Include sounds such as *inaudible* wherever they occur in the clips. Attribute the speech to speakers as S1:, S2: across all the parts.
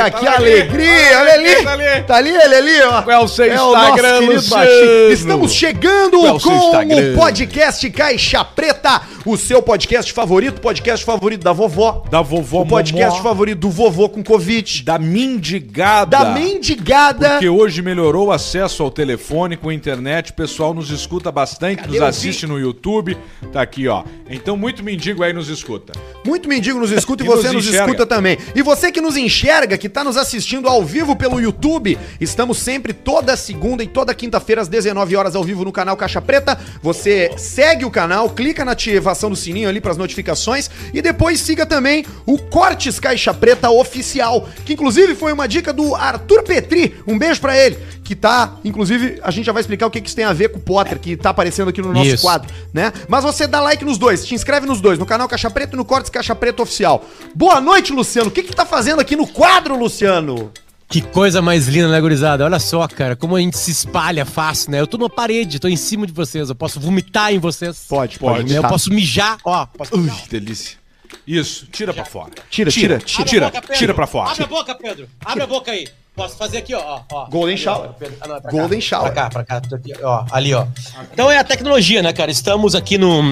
S1: aqui, a alegria, olha ali.
S2: Tá ali.
S1: Tá ali ele ali, ó.
S2: Qual é o seu Instagram,
S1: nosso querido
S2: Luciano?
S1: Baixinho. Estamos chegando
S2: Qual é o seu
S1: com
S2: Instagram?
S1: o podcast Caixa Preta, o seu podcast favorito, podcast favorito da vovó,
S2: Da vovó
S1: o podcast
S2: Momó,
S1: favorito do vovô com Covid,
S2: da Mindigada.
S1: da mendigada.
S2: Que hoje melhorou o acesso ao telefone com a internet. O pessoal nos escuta bastante,
S1: Cadê
S2: nos
S1: o
S2: assiste no YouTube. Tá aqui, ó. Então, muito mendigo aí nos escuta.
S1: Muito mendigo nos escuta e,
S2: E
S1: você
S2: nos
S1: nos,
S2: enxerga.
S1: escuta também. E você que nos enxerga, que tá nos assistindo ao vivo pelo YouTube, estamos sempre toda segunda e toda quinta-feira às 19 horas ao vivo no canal Caixa Preta. Você segue o canal, clica na ativação do sininho ali para as notificações e depois siga também o Cortes Caixa Preta oficial, que inclusive foi uma dica do Arthur Petri. Um beijo pra ele, que tá, inclusive, a gente já vai explicar o que que isso tem a ver com o Potter, que tá aparecendo aqui no nosso
S3: Isso.
S1: quadro, né? Mas você dá like nos dois, te inscreve nos dois, no canal Caixa Preta e no Cortes Caixa Preta Oficial. Boa noite, Luciano. O que que tá fazendo aqui no quadro, Luciano?
S3: Que coisa mais linda, né, gurizada? Olha só, cara, como a gente se espalha fácil, né? Eu tô numa parede, tô em cima de vocês, eu posso vomitar em vocês.
S1: Pode, tá.
S2: pode.
S3: Né? Eu posso mijar, ó. Posso...
S2: Ui, que delícia. Isso, tira pra fora.
S1: Tira, tira, tira.
S2: Tira,
S3: a boca, Pedro.
S2: tira pra fora.
S3: Abre a boca, Pedro. Abre a boca aí. Posso fazer aqui, ó. ó, ó.
S1: Golden
S3: Ali, ó,
S1: shower.
S3: Pedro. Ah, não, é pra
S1: Golden
S3: cá.
S1: shower.
S3: Pra cá, pra cá. tô aqui, ó, ali, ó. Então é a tecnologia, né, cara? Estamos aqui no,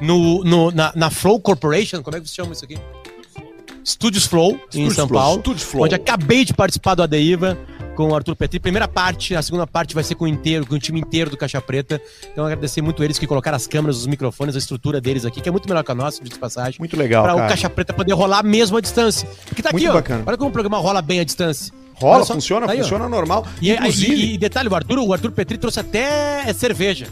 S3: no, no- na, na Flow Corporation. Como é que se chama isso aqui? Studios Flow, em
S2: Studios
S3: São
S2: Flow,
S3: Paulo.
S2: Studios Flow.
S3: Onde acabei de participar do Adeiva com o Arthur Petri. Primeira parte, a segunda parte vai ser com o inteiro, com o time inteiro do Caixa Preta. Então agradecer muito eles que colocaram as câmeras, os microfones, a estrutura deles aqui, que é muito melhor que a nossa, de passagem.
S1: Muito legal,
S3: Pra
S1: cara.
S3: o Caixa Preta poder rolar mesmo à distância. Porque tá
S1: Muito
S3: aqui, ó.
S1: bacana.
S3: Olha como o programa rola bem à distância.
S1: Rola,
S3: Olha só,
S1: funciona,
S3: tá aí, ó.
S1: funciona normal.
S3: E, e- e detalhe, o Arthur, o Arthur Petri trouxe até cerveja.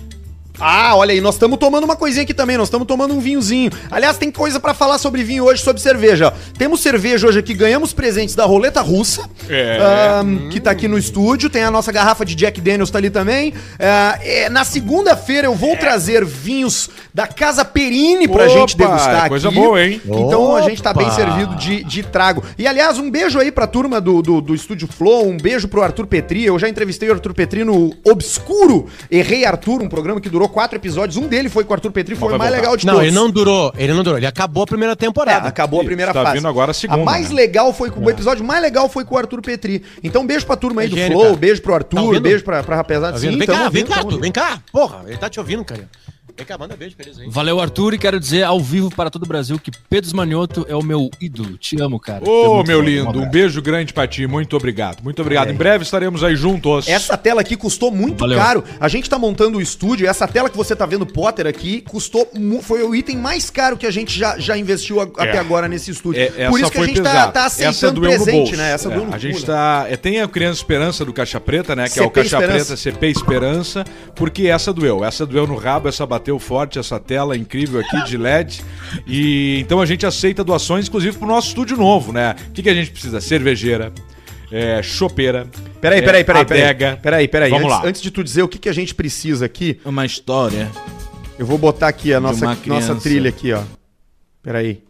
S1: Ah, olha aí, nós estamos tomando uma coisinha aqui também, nós estamos tomando um vinhozinho. Aliás, tem coisa pra falar sobre vinho hoje, sobre cerveja. Temos cerveja hoje aqui, ganhamos presentes da Roleta Russa,
S2: É.
S1: ahn, que tá aqui no estúdio. Tem a nossa garrafa de Jack Daniels, tá ali também. Ah, é, na segunda-feira eu
S2: É.
S1: vou trazer vinhos da Casa Perini pra
S2: Opa,
S1: gente degustar
S2: coisa boa, hein?
S1: Então a gente tá bem
S3: Opa.
S1: servido de, de trago. E aliás, um beijo aí pra turma do, do, do Estúdio Flow, um beijo pro Arthur Petri. Eu já entrevistei o Arthur Petri no Obscuro Errei Arthur, um programa que durou quatro episódios. Um dele foi com o Arthur Petri, foi
S2: vai
S1: o mais
S2: voltar.
S1: legal de
S3: Não,
S1: todos.
S3: ele não durou, ele não durou, ele acabou a primeira
S1: É,
S3: temporada.
S1: acabou a primeira
S2: Tá
S1: fase.
S2: vindo agora a segunda,
S1: mais
S2: né?
S1: legal foi com o episódio mais legal foi com o Arthur Petri. Então, beijo pra turma aí
S3: É
S1: do
S3: gênio,
S1: Flow,
S3: cara.
S1: beijo pro
S3: Tá
S1: Arthur,
S3: ouvindo?
S1: beijo pra, pra rapaziada.
S3: Tá vendo? vem
S1: tamo
S3: cá, vem
S1: ouvindo,
S3: cá,
S1: tamo
S3: Arthur,
S1: ouvindo.
S3: vem cá. Porra, ele tá te ouvindo, cara. Vem cá, manda beijo pra eles aí.
S4: Valeu, Arthur, e quero dizer ao vivo para todo o Brasil que Pedro Manioto é o meu ídolo. Te amo, cara.
S2: Ô,
S4: Tamo
S2: meu
S4: junto.
S2: lindo, um beijo grande pra ti. Muito obrigado. Muito obrigado. Em breve estaremos aí juntos.
S1: Essa tela aqui custou muito
S4: Valeu.
S1: caro. A gente tá montando o estúdio. Essa tela que você tá vendo, Potter, aqui, custou. mu- Foi o item mais caro que a gente já, já investiu a- até agora nesse estúdio.
S2: É, essa
S1: Por isso que a
S2: foi
S1: gente tá,
S2: pesada.
S1: tá
S2: Essa
S1: aceitando
S2: doeu no
S1: presente,
S2: bolso.
S1: né? Essa
S2: É,
S1: doeu no
S2: A
S1: cu,
S2: gente
S1: né?
S2: tá. é, tem a Criança Esperança do Caixa Preta, né? Que é o
S1: CP
S2: Caixa Preta
S1: Esperança.
S2: CP Esperança, porque essa doeu. Essa doeu no rabo, essa bateu forte, essa tela incrível aqui de LED. E então a gente aceita doações, inclusive, pro nosso estúdio novo, né? O que, que a gente precisa? Cervejeira, é, chopeira.
S1: Peraí,
S2: é,
S1: peraí, peraí, peraí.
S2: Adega.
S1: Peraí, peraí.
S2: Vamos
S1: antes,
S2: lá.
S1: antes de tu dizer o que, que a gente precisa aqui,
S5: É Uma história.
S1: eu vou botar aqui a nossa,
S5: uma
S1: nossa
S5: criança.
S1: trilha aqui, ó. Peraí.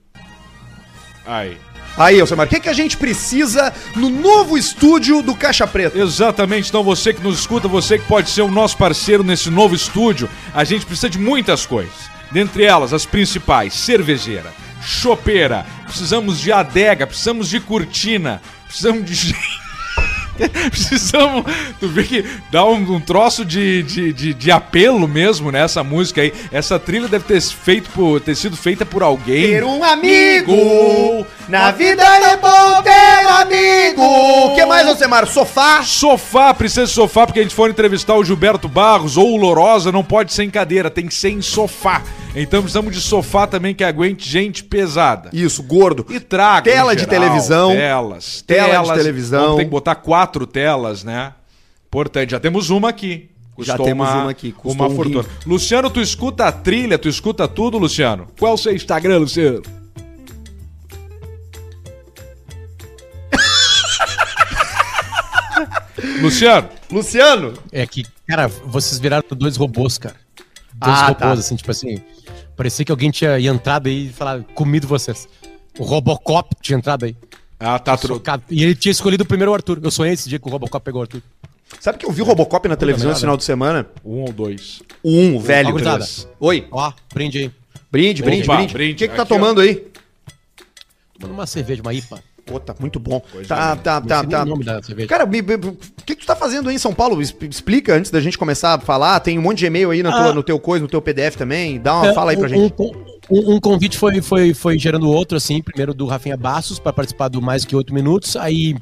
S2: Aí.
S1: Aí, Elcemar, o que, que a gente precisa no novo estúdio do Caixa Preta?
S2: Exatamente, então você que nos escuta, você que pode ser o nosso parceiro nesse novo estúdio, a gente precisa de muitas coisas. Dentre elas, as principais: cervejeira, chopeira, precisamos de adega, precisamos de cortina, precisamos de. *laughs* Precisamos. Tu vê que dá um, um troço de, de, de, de apelo mesmo, né? Essa música aí. Essa trilha deve ter, feito por, ter sido feita por alguém.
S1: Ter um amigo na vida é bom ter amigo. O que mais, Alcemar? Sofá?
S2: Sofá, precisa de sofá, porque a gente for entrevistar o Gilberto Barros ou o Lorosa, não pode ser em cadeira, tem que ser em sofá. Então precisamos de sofá também que aguente gente pesada.
S1: Isso, gordo.
S2: E trago. em
S1: Tela de televisão.
S2: Telas.
S1: Tela de
S2: telas.
S1: televisão.
S2: Então, Tem que botar quatro telas, né? Importante. Já temos uma aqui.
S1: Já temos uma aqui, custou
S2: uma
S1: um
S2: fortuna.
S1: rim.
S2: Luciano, tu escuta a trilha, tu escuta tudo, Luciano? Qual é o seu Instagram,
S1: *laughs*
S2: Luciano? Luciano,
S1: Luciano?
S3: É que, cara, vocês viraram dois robôs, cara. Dois
S1: Ah,
S3: robôs,
S1: tá.
S3: assim, tipo assim. Parecia que alguém tinha entrado aí e falado, comido vocês. O Robocop tinha entrado aí.
S2: Ah, tá tro...
S3: Socado. E ele tinha escolhido o primeiro Arthur. Eu sonhei esse dia que o Robocop pegou o Arthur.
S1: Sabe que eu vi o Robocop na televisão esse final de semana?
S2: Um ou dois.
S1: O um, o velho.
S3: Ó, gurizada.
S1: Oi.
S3: Ó, prende aí.
S1: Brinde, brinde,
S2: Opa,
S1: brinde.
S2: brinde.
S1: O que, que tá
S2: Aqui, ó.
S1: tomando aí?
S3: Tomando uma cerveja, uma IPA.
S1: Pô, tá muito bom.
S2: Coisa
S1: tá, tá, tá,
S3: Esse
S1: tá.
S3: é o nome da cerveja.
S1: Cara, me- me- o que, que tu tá fazendo aí em São Paulo? Es- Explica antes da gente começar a falar. Tem um monte de e-mail aí na
S3: Ah.
S1: tua, no teu coisa, no teu PDF também. Dá uma
S3: É,
S1: fala aí pra
S3: um-
S1: gente.
S3: Um, um- um convite foi, foi, foi gerando outro, assim, primeiro do Rafinha Bastos para participar do Mais Que Oito Minutos, aí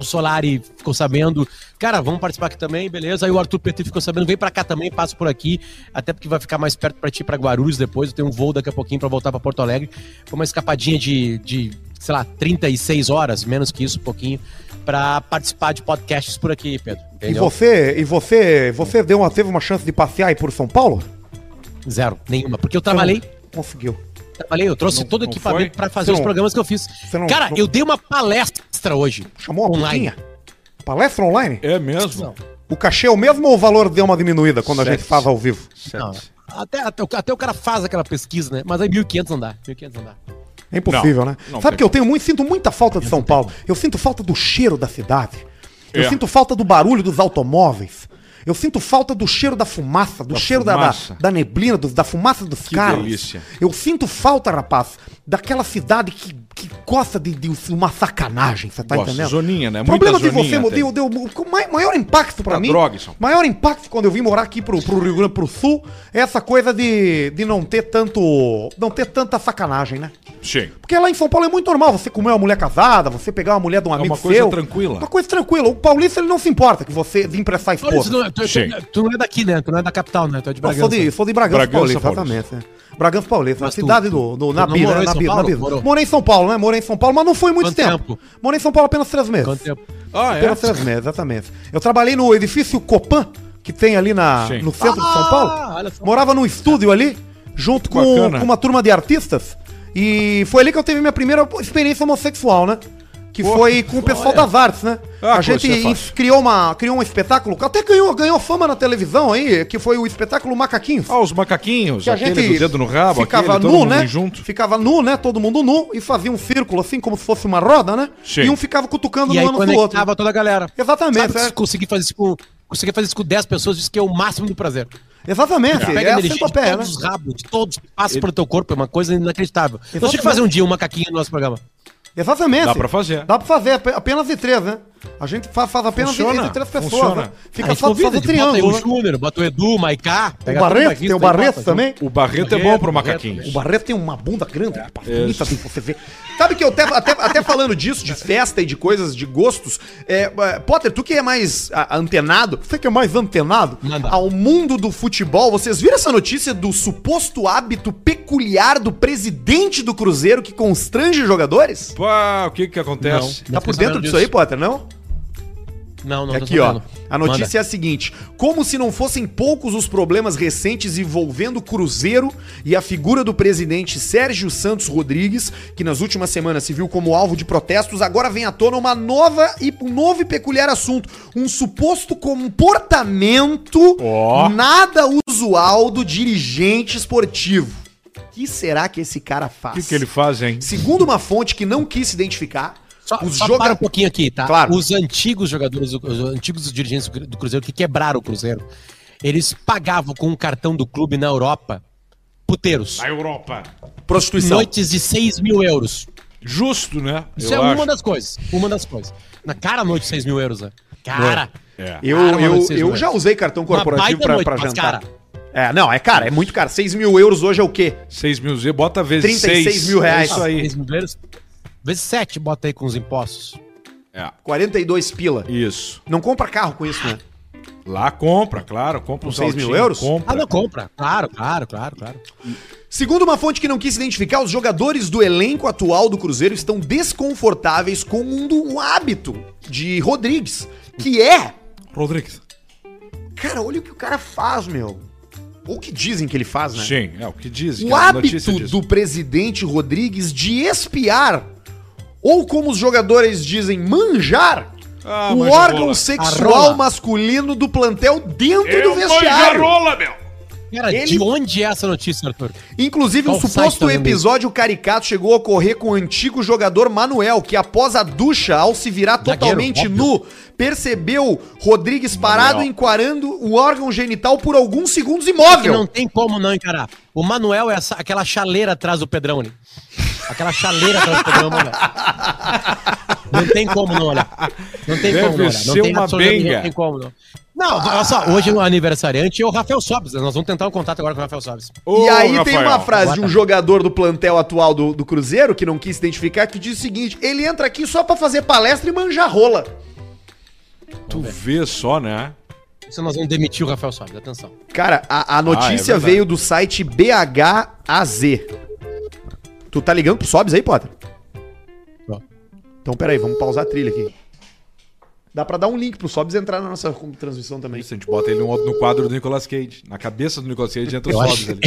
S3: o Solari ficou sabendo, cara, vamos participar aqui também, beleza, aí o Arthur Petit ficou sabendo, vem pra cá também, passa por aqui, até porque vai ficar mais perto pra ti, pra Guarulhos depois, eu tenho um voo daqui a pouquinho pra voltar pra Porto Alegre, foi uma escapadinha de, de sei lá, 36 horas, menos que isso, um pouquinho, pra participar de podcasts por aqui, Pedro,
S1: E
S3: entendeu?
S1: você, e você, você deu uma, teve uma chance de passear aí por São Paulo?
S3: Zero, nenhuma, porque eu
S1: Então,
S3: trabalhei
S1: Conseguiu.
S3: Trabalhei, eu trouxe
S2: Não-
S3: todo o
S2: não foi?
S3: equipamento pra fazer
S1: Você
S3: os
S1: não-
S3: programas que eu fiz.
S1: você não-
S3: Cara,
S1: não-
S3: eu dei uma palestra hoje.
S1: Chamou a
S3: Online.
S1: putinha? Palestra online?
S2: É mesmo?
S3: Não.
S1: O cachê é o mesmo ou o valor deu uma diminuída quando a
S2: Certo.
S1: gente faz ao vivo?
S3: Não,
S2: Certo.
S3: até, até, o- até o cara faz aquela pesquisa, né? Mas aí 1.500 não dá. 1.500 não dá.
S1: É impossível,
S2: Não,
S1: né?
S2: não
S1: Sabe
S2: tem
S1: que eu tenho muito, sinto muita falta de São Paulo. Eu sinto falta do cheiro da cidade. Eu
S2: É.
S1: sinto falta do barulho dos automóveis. Eu sinto falta do cheiro da fumaça, do
S2: Da
S1: cheiro da-
S2: fumaça.
S1: Da, da neblina, dos- da fumaça dos
S2: Que
S1: carros.
S2: delícia.
S1: Eu sinto falta, rapaz, daquela cidade que, que gosta de, de uma sacanagem, você tá
S2: Gosta.
S1: entendendo?
S2: Zoninha, né?
S1: O problema de
S2: Muita
S1: você,
S2: zoninha
S1: meu
S2: tem.
S1: Deus, deu, o mai- maior impacto pra
S2: Tá
S1: mim.
S2: droga, isso.
S1: Maior impacto quando eu vim morar aqui pro, pro Rio Grande do Sul é essa coisa de, de não ter tanto. não ter tanta sacanagem, né?
S2: Sim.
S1: Porque lá em São Paulo é muito normal você comer uma mulher casada, você pegar uma mulher de um amigo
S2: É uma coisa
S1: seu.
S2: tranquila.
S1: Uma coisa tranquila. O paulista ele não se importa que você vim pra essa
S3: Olha, isso
S1: esposa.
S3: não é- tu, tu-
S2: Chega.
S3: tu não é daqui, né? Tu não é da capital, né? Tu é de
S1: Eu
S3: Bragança.
S1: sou de, sou de Bragança,
S2: Bragança
S1: Paulista,
S2: Paulista.
S1: exatamente. é. Bragança Paulista, a
S3: Mas tu-
S1: cidade do, do
S3: tu
S1: na
S3: não
S1: Bira,
S3: morou em
S1: na
S3: São
S1: Bira, na
S3: Paulo?
S1: Bira.
S3: Morou?
S1: Morei em São Paulo, né? Morei em São Paulo, mas não foi muito
S3: Quanto
S1: tempo.
S3: tempo?
S1: Morei em São Paulo apenas três meses.
S3: Quanto tempo?
S2: Ah, é?
S1: Apenas três meses, exatamente. Eu trabalhei no edifício Copan, que tem ali na,
S2: Sim.
S1: no centro de São
S3: Ah,
S1: Paulo.
S3: olha só.
S1: Morava num estúdio ali, junto com,
S2: Bacana.
S1: com uma turma de artistas. E foi ali que eu tive minha primeira experiência homossexual, né? Que
S2: Pô,
S1: foi com o pessoal
S2: olha.
S1: das artes, né?
S2: Ah,
S1: a
S2: coisa
S1: gente
S2: é fácil.
S1: criou, uma, criou um espetáculo, que até ganhou, ganhou fama na televisão aí, que foi o espetáculo Macaquinhos.
S2: Ah, os macaquinhos,
S1: Que a
S2: aquele
S1: gente
S2: do dedo no rabo,
S1: ficava
S2: aquele, todo
S1: nu,
S2: mundo
S1: né?
S2: junto.
S1: Ficava nu, né? Todo mundo nu e fazia um círculo assim, como se fosse uma roda, né?
S2: Sim.
S1: E um ficava cutucando
S3: E
S1: no
S3: aí
S1: ânus do outro.
S3: conectava toda a galera.
S1: Exatamente,
S3: Sabe,
S1: é.
S3: se Consegui fazer isso com... Consegui fazer isso com 10 pessoas, isso que é o máximo do prazer.
S1: Exatamente, é a
S3: energia de
S1: centopeia, né?
S3: todos os rabos, de todos que passam pelo teu corpo, é uma coisa inacreditável. Nós tínhamos que
S1: Exatamente.
S3: fazer um dia um macaquinho no nosso programa.
S1: Exatamente.
S2: Dá pra fazer.
S1: Dá pra fazer, ap- apenas de três, né? A gente fa- faz apenas de
S2: Funciona,
S1: de três pessoas.
S2: funciona.
S1: Né?
S3: Ah,
S1: Fica
S3: a gente
S1: só, só
S3: convida,
S1: do
S3: a gente bota aí
S1: triângulo. né?
S3: O Júnior, bota o Edu, o Maiká.
S1: O
S3: pega todo
S1: Barreto,
S3: bairrista
S1: tem o
S3: aí, bota
S1: Barreto
S3: junto.
S1: também.
S2: O Barreto é bom pro macaquinho.
S1: O Barreto tem uma bunda grande, rapaz, bonita, assim, você vê. Sabe que eu até, até, até falando disso, de festa e de coisas, de gostos, é, é, Potter, tu que é mais a- antenado, você que é mais antenado
S3: Manda.
S1: ao mundo do futebol, vocês viram essa notícia do suposto hábito peculiar do presidente do Cruzeiro que constrange jogadores?
S2: Pá, o que que acontece?
S1: Tá
S3: Não
S1: por
S3: fiquei
S1: dentro disso
S3: sabendo disso.
S1: aí, Potter, não?
S3: Não, não,
S1: É
S3: tô
S1: aqui, ó.
S3: sabendo.
S1: A notícia é a seguinte: como se não fossem poucos os problemas recentes envolvendo o Cruzeiro e a figura do presidente Sérgio Santos Rodrigues, que nas últimas semanas se viu como alvo de protestos, agora vem à tona uma nova e um novo e peculiar assunto, um suposto comportamento
S2: Ó.
S1: nada usual do dirigente esportivo. O que será que esse cara
S2: O
S1: faz?
S2: que que ele faz, hein?
S1: Segundo uma fonte que não quis se identificar,
S3: Só,
S1: os
S3: só para um
S1: jogadores
S3: pouquinho aqui, tá?
S1: Claro.
S3: Os antigos jogadores, os antigos dirigentes do Cruzeiro que quebraram o Cruzeiro, eles pagavam com o cartão do clube na Europa puteiros.
S2: A Europa.
S1: prostituição.
S3: Noites de 6 mil euros.
S2: Justo, né?
S3: Isso é uma das coisas. Uma das coisas. Na cara, noite de 6 mil euros, né? Cara.
S2: É.
S1: Eu,
S3: Cara, mano,
S1: eu,
S3: vocês
S1: eu
S3: dois.
S1: já usei cartão corporativo
S3: baita
S1: pra,
S3: noite,
S1: pra
S3: mas,
S1: jantar.
S3: cara.
S1: É, não, é cara, é muito caro. 6 mil euros hoje é o quê?
S2: 6 mil Z, bota vezes
S1: 36
S2: seis.
S1: mil reais.
S2: É isso aí.
S3: 6 mil euros. Vezes 7, bota aí com os impostos.
S2: É.
S1: 42 pila.
S2: Isso.
S1: Não compra carro com isso, né?
S2: Lá compra, claro, compra
S1: Com
S2: uns
S1: seis mil
S2: altinhos,
S1: euros?
S2: Compra.
S3: Ah, não, compra. Claro, claro, claro, claro.
S1: Segundo uma fonte que não quis identificar, os jogadores do elenco atual do Cruzeiro estão desconfortáveis com um, do- um hábito de Rodrigues, que é.
S2: Rodrigues.
S1: Cara, olha o que o cara faz, meu. Ou o que dizem que ele faz, né?
S2: Sim, é o que dizem.
S1: O
S2: que a notícia
S1: hábito
S2: diz.
S1: do presidente Rodrigues de espiar, ou como os jogadores dizem, manjar,
S2: Ah,
S1: o
S2: manja
S1: órgão
S2: rola.
S3: A
S1: sexual
S3: rola.
S1: masculino do plantel dentro do
S2: manjo a
S1: vestiário.
S2: rola, É meu.
S3: Cara,
S1: Ele-
S3: de onde é essa notícia, Arthur?
S1: Inclusive, um
S3: Qual site
S1: suposto
S3: tá vendo
S1: episódio caricato chegou a ocorrer com o antigo jogador Manuel, que após a ducha, ao se virar
S3: Zagueiro,
S1: totalmente
S3: óbvio.
S1: nu, percebeu Rodrigues parado
S2: Manuel.
S1: enquarando o órgão genital por alguns segundos
S3: que
S1: imóvel.
S3: não tem como não encarar. O Manuel é essa- aquela chaleira atrás do Pedrão ali. Aquela chaleira atrás do programa, velho. Não tem como não olhar. Não tem
S2: Deve
S3: como não olhar.
S2: ser
S3: Não tem,
S2: uma
S3: absolutamente-
S2: benga.
S3: não tem como não. Não, olha só, hoje o aniversariante é o Rafael Sobes. Nós vamos tentar um contato agora com o Rafael Sobes.
S2: Ô,
S1: e aí tem
S2: Rafael.
S1: uma frase
S3: boa
S1: de um
S3: tarde.
S1: jogador do plantel atual do, do Cruzeiro, que não quis se identificar, que diz o seguinte: ele entra aqui só pra fazer palestra e manjar rola.
S2: Tu vê só, né?
S3: Isso nós vamos demitir o Rafael Sobes, atenção.
S1: Cara,
S3: Ah,
S1: a, a notícia
S2: é verdade.
S1: veio do site BHAZ. Tu tá ligando pro Sobs aí, Potter?
S3: Tô.
S1: Então, peraí, vamos pausar a trilha aqui. Dá pra dar um link pro Sobs entrar na nossa transmissão também.
S3: *laughs*
S2: Isso, a gente bota ele no, no quadro do Nicolas Cage. Na cabeça do Nicolas Cage entra os
S3: Eu
S2: olhos
S3: acho,
S2: ali.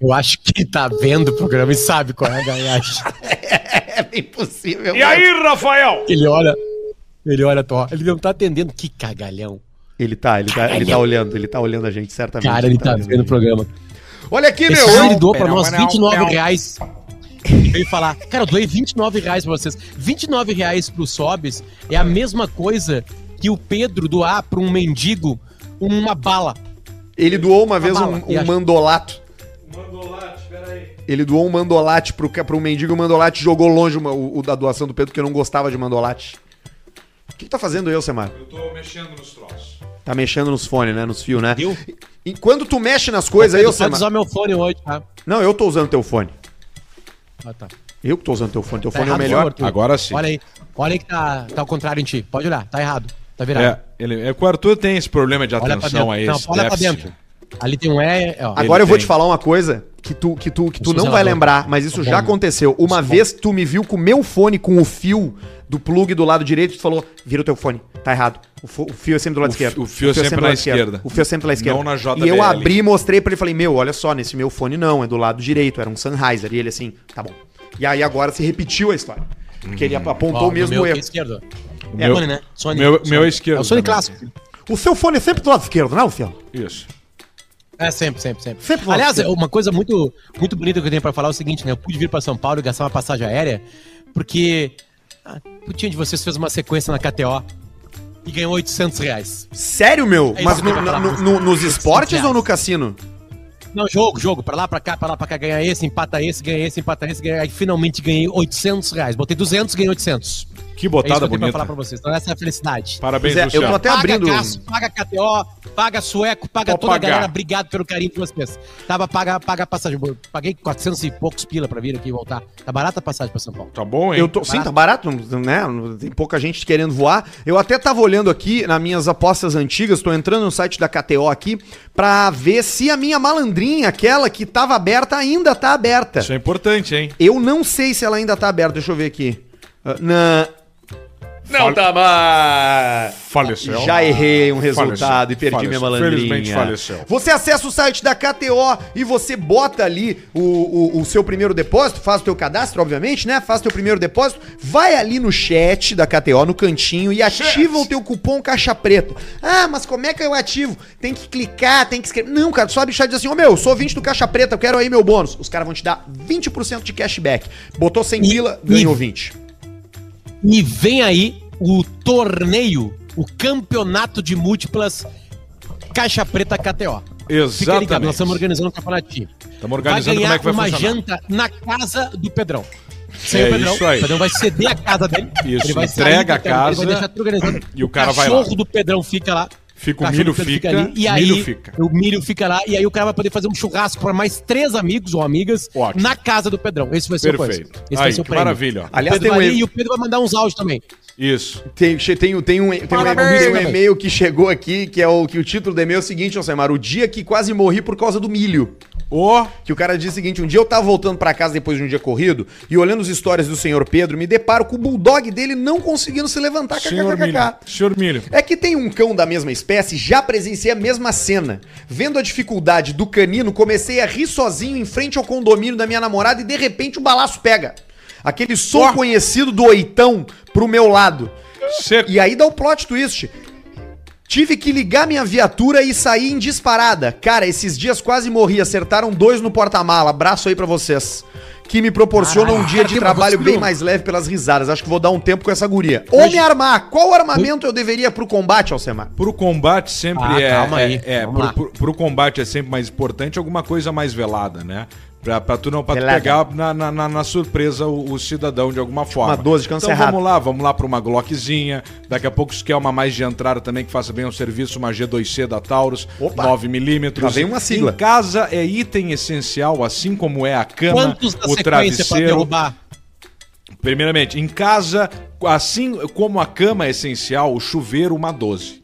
S3: eu acho que ele tá vendo o programa e sabe qual é a gaiagem.
S1: É bem possível.
S2: E aí, Rafael?
S3: Ele olha, ele olha, tô, ele não tá atendendo. Que cagalhão.
S1: Ele tá, ele tá, ele tá olhando, ele tá olhando a gente, certamente.
S3: Cara, ele tá
S1: olhando a
S3: vendo o
S1: gente.
S3: programa.
S1: Olha aqui,
S3: Esse
S1: meu.
S3: cara, é
S1: eu-
S3: ele doou pra
S2: não,
S3: nós
S2: não,
S3: 29
S2: não.
S3: reais. Ele veio falar, cara, eu doei 29 reais pra vocês. 29 reais pro Sobes é a mesma coisa que o Pedro doar pra um mendigo uma bala.
S1: Ele doou uma vez um,
S3: bala, e
S1: um
S3: acho-
S1: mandolato.
S2: Mandolate, peraí.
S1: Ele doou um mandolate pro, ca- pro mendigo e o mandolate jogou longe uma- o, o da doação do Pedro, porque não gostava de mandolate. O que, que tá fazendo eu, Semar?
S2: Eu tô mexendo nos troços.
S1: Tá mexendo nos fones, né? Nos fios, né?
S3: Viu? Tá
S1: E quando tu mexe nas coisas, é, eu,
S3: Pedro, pode
S1: Semar.
S3: usar meu fone hoje, tá?
S1: Não, eu tô usando teu fone.
S3: Ah, tá.
S1: Eu que tô usando teu fone. Teu
S3: Tá
S1: fone é o
S3: errado,
S1: melhor.
S3: Arthur.
S2: Agora sim.
S3: Olha aí, olha aí que tá, tá ao contrário em ti. Pode olhar, tá errado. Tá virado.
S2: É, ele, é que o Arthur tem esse problema de
S3: Olha pra dentro.
S2: atenção aí.
S3: Não,
S2: esse
S3: olha pra
S2: déficit.
S3: dentro. Ali tem um E, ó.
S1: Agora eu vou
S2: tem. é
S1: te falar uma coisa que tu, que tu, que tu
S3: sou
S1: não vai
S3: zelador.
S1: lembrar, mas isso
S3: Tá
S1: já
S3: bom.
S1: aconteceu. Uma vez tu me viu com o meu fone com o fio do plug do lado direito, tu falou: vira o teu fone, tá errado. O, fo- o fio é sempre do lado
S2: O fi-
S1: esquerdo.
S2: o fio é sempre
S1: do
S2: na
S1: lado
S2: esquerda.
S1: O fio é sempre lá esquerda.
S2: Não na
S1: E eu
S2: JBL.
S1: abri e mostrei pra ele falei: meu, olha só, nesse meu fone não, é do lado direito, era um Sennheiser. E ele assim, tá bom. E aí agora se repetiu a história. Porque ele
S2: Uhum.
S1: ap- apontou o um mesmo erro.
S3: Esquerdo.
S2: O
S3: É
S2: meu-
S3: Sony, né? Sony.
S2: meu-
S3: Sony.
S2: meu é esquerdo
S3: É o Sony
S2: também.
S3: clássico.
S1: O seu fone é sempre do lado esquerdo, não, Luciano?
S2: Isso.
S3: É, sempre, sempre, sempre.
S1: Sempre foi
S3: Aliás,
S1: assim.
S3: uma coisa muito, muito bonita que eu tenho pra falar é o seguinte, né? Eu pude vir pra São Paulo e gastar uma passagem aérea, porque ah, o putinho de vocês fez uma sequência na KTO e ganhou 800 reais.
S1: Sério, meu?
S3: É isso
S1: Mas
S3: que eu
S1: no-
S3: ia
S2: tá
S3: falar.
S1: no- no- nos esportes ou no cassino?
S3: Não, jogo, jogo, pra lá, pra cá, pra lá, pra cá, ganha esse, empata esse, ganha esse, empata esse, ganha... Aí finalmente ganhei 800 reais. Botei 200, ganhei 800.
S2: Que
S3: é isso que
S2: botada
S3: eu tenho pra falar
S2: bonita.
S3: pra vocês. Então essa é a felicidade.
S2: Parabéns,
S1: Pois é, eu tô
S2: Luciano.
S1: até abrindo-
S3: Paga Casso, paga KTO, paga Sueco, paga
S2: Pode
S3: toda
S2: pagar.
S3: a galera. Obrigado pelo carinho de vocês. Tava paga, paga a passagem. Eu Paguei 400 e poucos pila pra vir aqui e voltar. Tá barata a passagem pra São Paulo.
S2: Tá bom, hein?
S1: Eu tô, sim, tá barato, né? Tem pouca gente querendo voar. Eu até tava olhando aqui nas minhas apostas antigas, tô entrando no site da KTO aqui pra ver se a minha malandrinha, aquela que tava aberta, ainda tá aberta.
S2: Isso é importante, hein?
S1: Eu não sei se ela ainda tá aberta, deixa eu ver aqui. Ah, na... Não tá mais.
S2: Faleceu.
S1: Já errei um
S2: Faleceu.
S1: resultado e perdi
S2: Faleceu.
S1: minha malandrinha.
S2: Felizmente faleceu.
S1: Você acessa o site da KTO e você bota ali o, o, o seu primeiro depósito, faz o teu cadastro, obviamente, né? Faz o teu primeiro depósito, vai ali no chat da KTO, no cantinho, e ativa o teu cupom caixa preta. Ah, mas como é que eu ativo? Tem que clicar, tem que escrever. Não, cara, tu só abre o chat e diz assim, ô meu, sou 20 do caixa preta, eu quero aí meu bônus. Os caras vão te dar 20% de cashback. Botou 100
S3: E-
S1: pila,
S3: e-
S1: ganhou 20.
S3: E vem aí o torneio, o campeonato de múltiplas Caixa Preta KTO. Fica ligado, nós
S2: Exatamente.
S3: estamos organizando um campeonatinho.
S2: Estamos organizando como é que vai
S3: uma
S2: funcionar.
S3: janta na casa do Pedrão. Sem
S2: É
S3: o Pedrão.
S2: isso aí.
S3: O Pedrão vai ceder a casa dele.
S2: Isso,
S3: ele vai
S2: entrega
S3: do terreno,
S2: a
S3: ele
S2: casa
S3: vai deixar tudo organizado.
S2: e o cara vai
S3: O
S2: lá.
S3: cachorro do Pedrão fica lá.
S2: Fica o
S3: cachorro
S2: milho
S3: do Pedro
S2: fica,
S3: ali, e aí
S2: milho fica.
S3: o milho fica lá, e aí o cara vai poder fazer um churrasco para mais três amigos ou amigas
S2: Ótimo.
S3: na casa do Pedrão. Esse vai ser o
S2: Perfeito.
S3: coisa. Esse
S2: Aí,
S3: vai ser o
S2: que
S3: prêmio.
S2: maravilha, ó.
S3: O
S1: Aliás,
S3: Pedro
S1: tem um
S3: vai
S1: e-
S3: ali, e o Pedro vai mandar uns áudios também.
S2: Isso.
S1: Tem, che- tem, um- tem um, tem um- tem um
S3: Parabéns,
S1: tem um
S3: parabéns.
S1: e-mail que chegou aqui, que é o que o título do e-mail é o seguinte, Alcemar, o dia que quase morri por causa do milho.
S2: Ó,
S1: Que o cara diz o seguinte, um dia eu tava voltando pra casa depois de um dia corrido e olhando os stories do senhor Pedro, me deparo com o bulldog dele não conseguindo se levantar,
S2: senhor milho.
S1: kkkk.
S2: Senhor milho.
S1: É que tem um cão da mesma espécie, já presenciei a mesma cena. Vendo a dificuldade do canino, comecei a rir sozinho em frente ao condomínio da minha namorada e de repente o balaço pega. Aquele som
S2: Ó.
S1: conhecido do oitão pro meu lado.
S2: Seco.
S1: E aí dá o plot twist. Tive que ligar minha viatura e sair em disparada. Cara, esses dias quase morri. Acertaram dois no porta-mala. Abraço aí pra vocês. Que me proporciona um
S3: Caralho.
S1: dia de
S3: Cara,
S1: trabalho
S3: que
S1: bem
S3: vacilo.
S1: mais leve pelas risadas. Acho que vou dar um tempo com essa guria. Ou me armar. Qual armamento eu deveria pro combate, Alcemar?
S2: Pro combate sempre
S3: Ah,
S2: é.
S3: calma
S2: é-
S3: aí,
S2: é,
S3: vamos
S2: pro,
S3: lá.
S2: pro- pro combate é sempre mais importante alguma coisa mais velada, né? Pra, pra tu não pra tu
S1: Pelada.
S2: pegar na, na- na- na surpresa o, o cidadão de alguma forma.
S1: Uma 12 de
S2: então
S1: câncer
S2: vamos lá, vamos lá pra uma Glockzinha. Daqui a pouco se quer uma mais de entrada também que faça bem o serviço, uma G2C da Taurus,
S1: Opa!
S2: 9mm.
S1: Já vem uma sigla.
S2: Em casa é item essencial, assim como é a cama,
S3: Quantos na
S2: o
S3: sequência pra
S2: travesseiro.
S3: derrubar?
S2: Primeiramente, em casa, assim como a cama é essencial, o chuveiro, uma 12.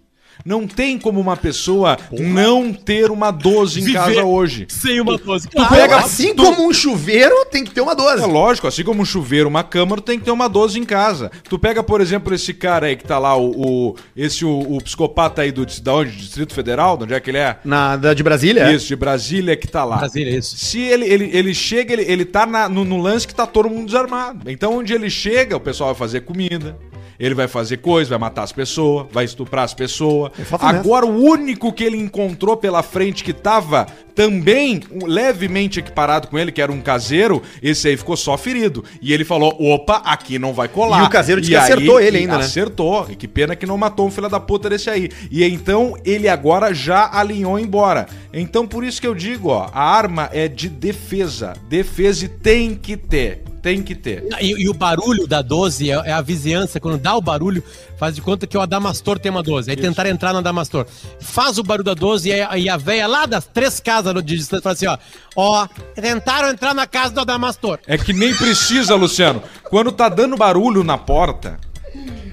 S2: Não tem como uma pessoa não ter uma 12 em
S3: Viver.
S2: casa hoje.
S3: Sem uma dose.
S1: Tu pega assim como um chuveiro, tem que ter uma 12.
S2: É lógico, assim como um chuveiro, uma câmara, tem que ter uma 12 em casa. Tu pega, por exemplo, esse cara aí que tá lá, o, o- esse o, o psicopata aí do da onde? Distrito Federal, de onde é que ele é?
S1: Na, da de Brasília?
S2: Isso, de Brasília que tá lá.
S3: Brasília, isso.
S2: Se ele, ele, ele chega, ele, ele tá na- no, no lance que tá todo mundo desarmado. Então, onde ele chega, o pessoal vai fazer comida, ele vai fazer coisa, vai matar as pessoas, vai estuprar as pessoas.
S1: faço
S2: Agora, o único que ele encontrou pela frente que tava também um- levemente equiparado com ele, que era um caseiro, esse aí ficou só ferido. E ele falou: opa, aqui não vai colar.
S1: E o caseiro disse que acertou ele ainda, né?
S2: Acertou. E que pena que não matou um filho da puta desse aí. E então ele agora já alinhou embora. Então por isso que eu digo, ó, a arma é de defesa. Defesa e tem que ter. Tem que ter.
S3: E, e o barulho da 12 é, é a vizinhança, quando dá o barulho, faz de conta que o Adamastor tem uma 12. Aí tentaram entrar no Adamastor. Faz o barulho da 12 e, a- e a véia lá das três casas no de distância fala assim: ó, ó, tentaram entrar na casa do Adamastor.
S2: É que nem precisa, Luciano. Quando tá dando barulho na porta,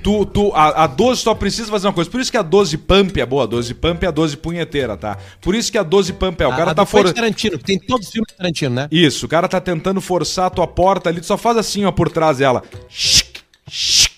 S2: tu, tu, a, a 12 só precisa fazer uma coisa. Por isso que a 12 pump é boa. A 12 pump é a 12 punheteira, tá? Por isso que a 12 pump é.
S1: Ah,
S2: O cara
S3: a,
S2: tá
S3: do Quentin
S2: fora.
S3: Ah, Tarantino, que tem todos os filmes do Tarantino, né?
S2: Isso, o cara tá tentando forçar a tua porta ali, tu só faz assim, ó, por trás dela. Chic, chic.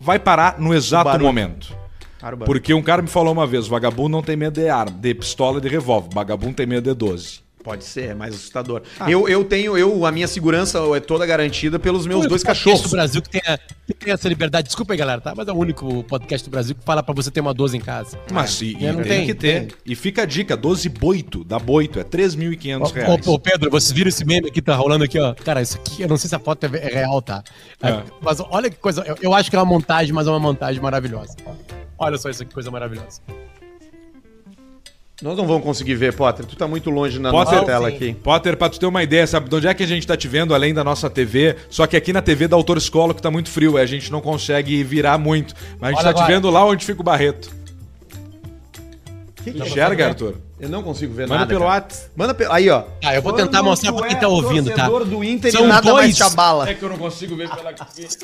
S2: Vai parar no exato
S1: barulho.
S2: momento.
S1: Claro, barulho.
S2: Porque um cara me falou uma vez, vagabundo não tem medo de arma, de pistola e de revólver, vagabundo tem medo de 12.
S1: Pode ser, é mais assustador. Eu, eu tenho, eu, a minha segurança é toda garantida pelos meus dois cachorros.
S3: do Brasil que tem, a- que tem essa liberdade. Desculpa aí, galera, tá? Mas é o único podcast do Brasil que fala pra você ter uma 12 em casa.
S2: Mas e,
S3: Ah, eu
S2: e
S3: não
S2: tem
S3: tenho,
S2: que ter.
S3: tenho.
S2: E fica a dica, 12 boito, dá boito, é 3.500
S3: Ô,
S2: reais.
S3: ô, ô, Pedro, vocês viram esse meme aqui, tá rolando aqui, ó. Cara, isso aqui, eu não sei se a foto é ve- é real, tá? É,
S2: É.
S3: Mas olha que coisa, eu, eu acho que é uma montagem, mas é uma montagem maravilhosa. Olha só isso aqui, coisa maravilhosa.
S1: Nós não vamos conseguir ver, Potter. Tu tá muito longe na
S2: Potter,
S1: nossa tela aqui.
S2: Potter, pra tu ter uma ideia, sabe de onde é que a gente tá te vendo, além da nossa TV? Só que aqui na TV da Autor Escola, que tá muito frio, aí a gente não consegue virar muito. Mas a gente
S3: Olha
S2: tá te
S3: agora.
S2: vendo lá onde fica o Barreto.
S1: Que que
S2: Enxerga,
S1: é?
S2: Arthur.
S1: Eu não consigo ver
S2: Manda
S1: nada.
S2: pelo
S1: cara.
S2: WhatsApp.
S1: Manda pelo. Aí, ó.
S3: Tá, eu vou tentar mostrar pra quem tá ouvindo, tá?
S1: é do Inter
S3: São
S1: e nada mais
S3: dois.
S1: te abala.
S2: É que eu não consigo ver pela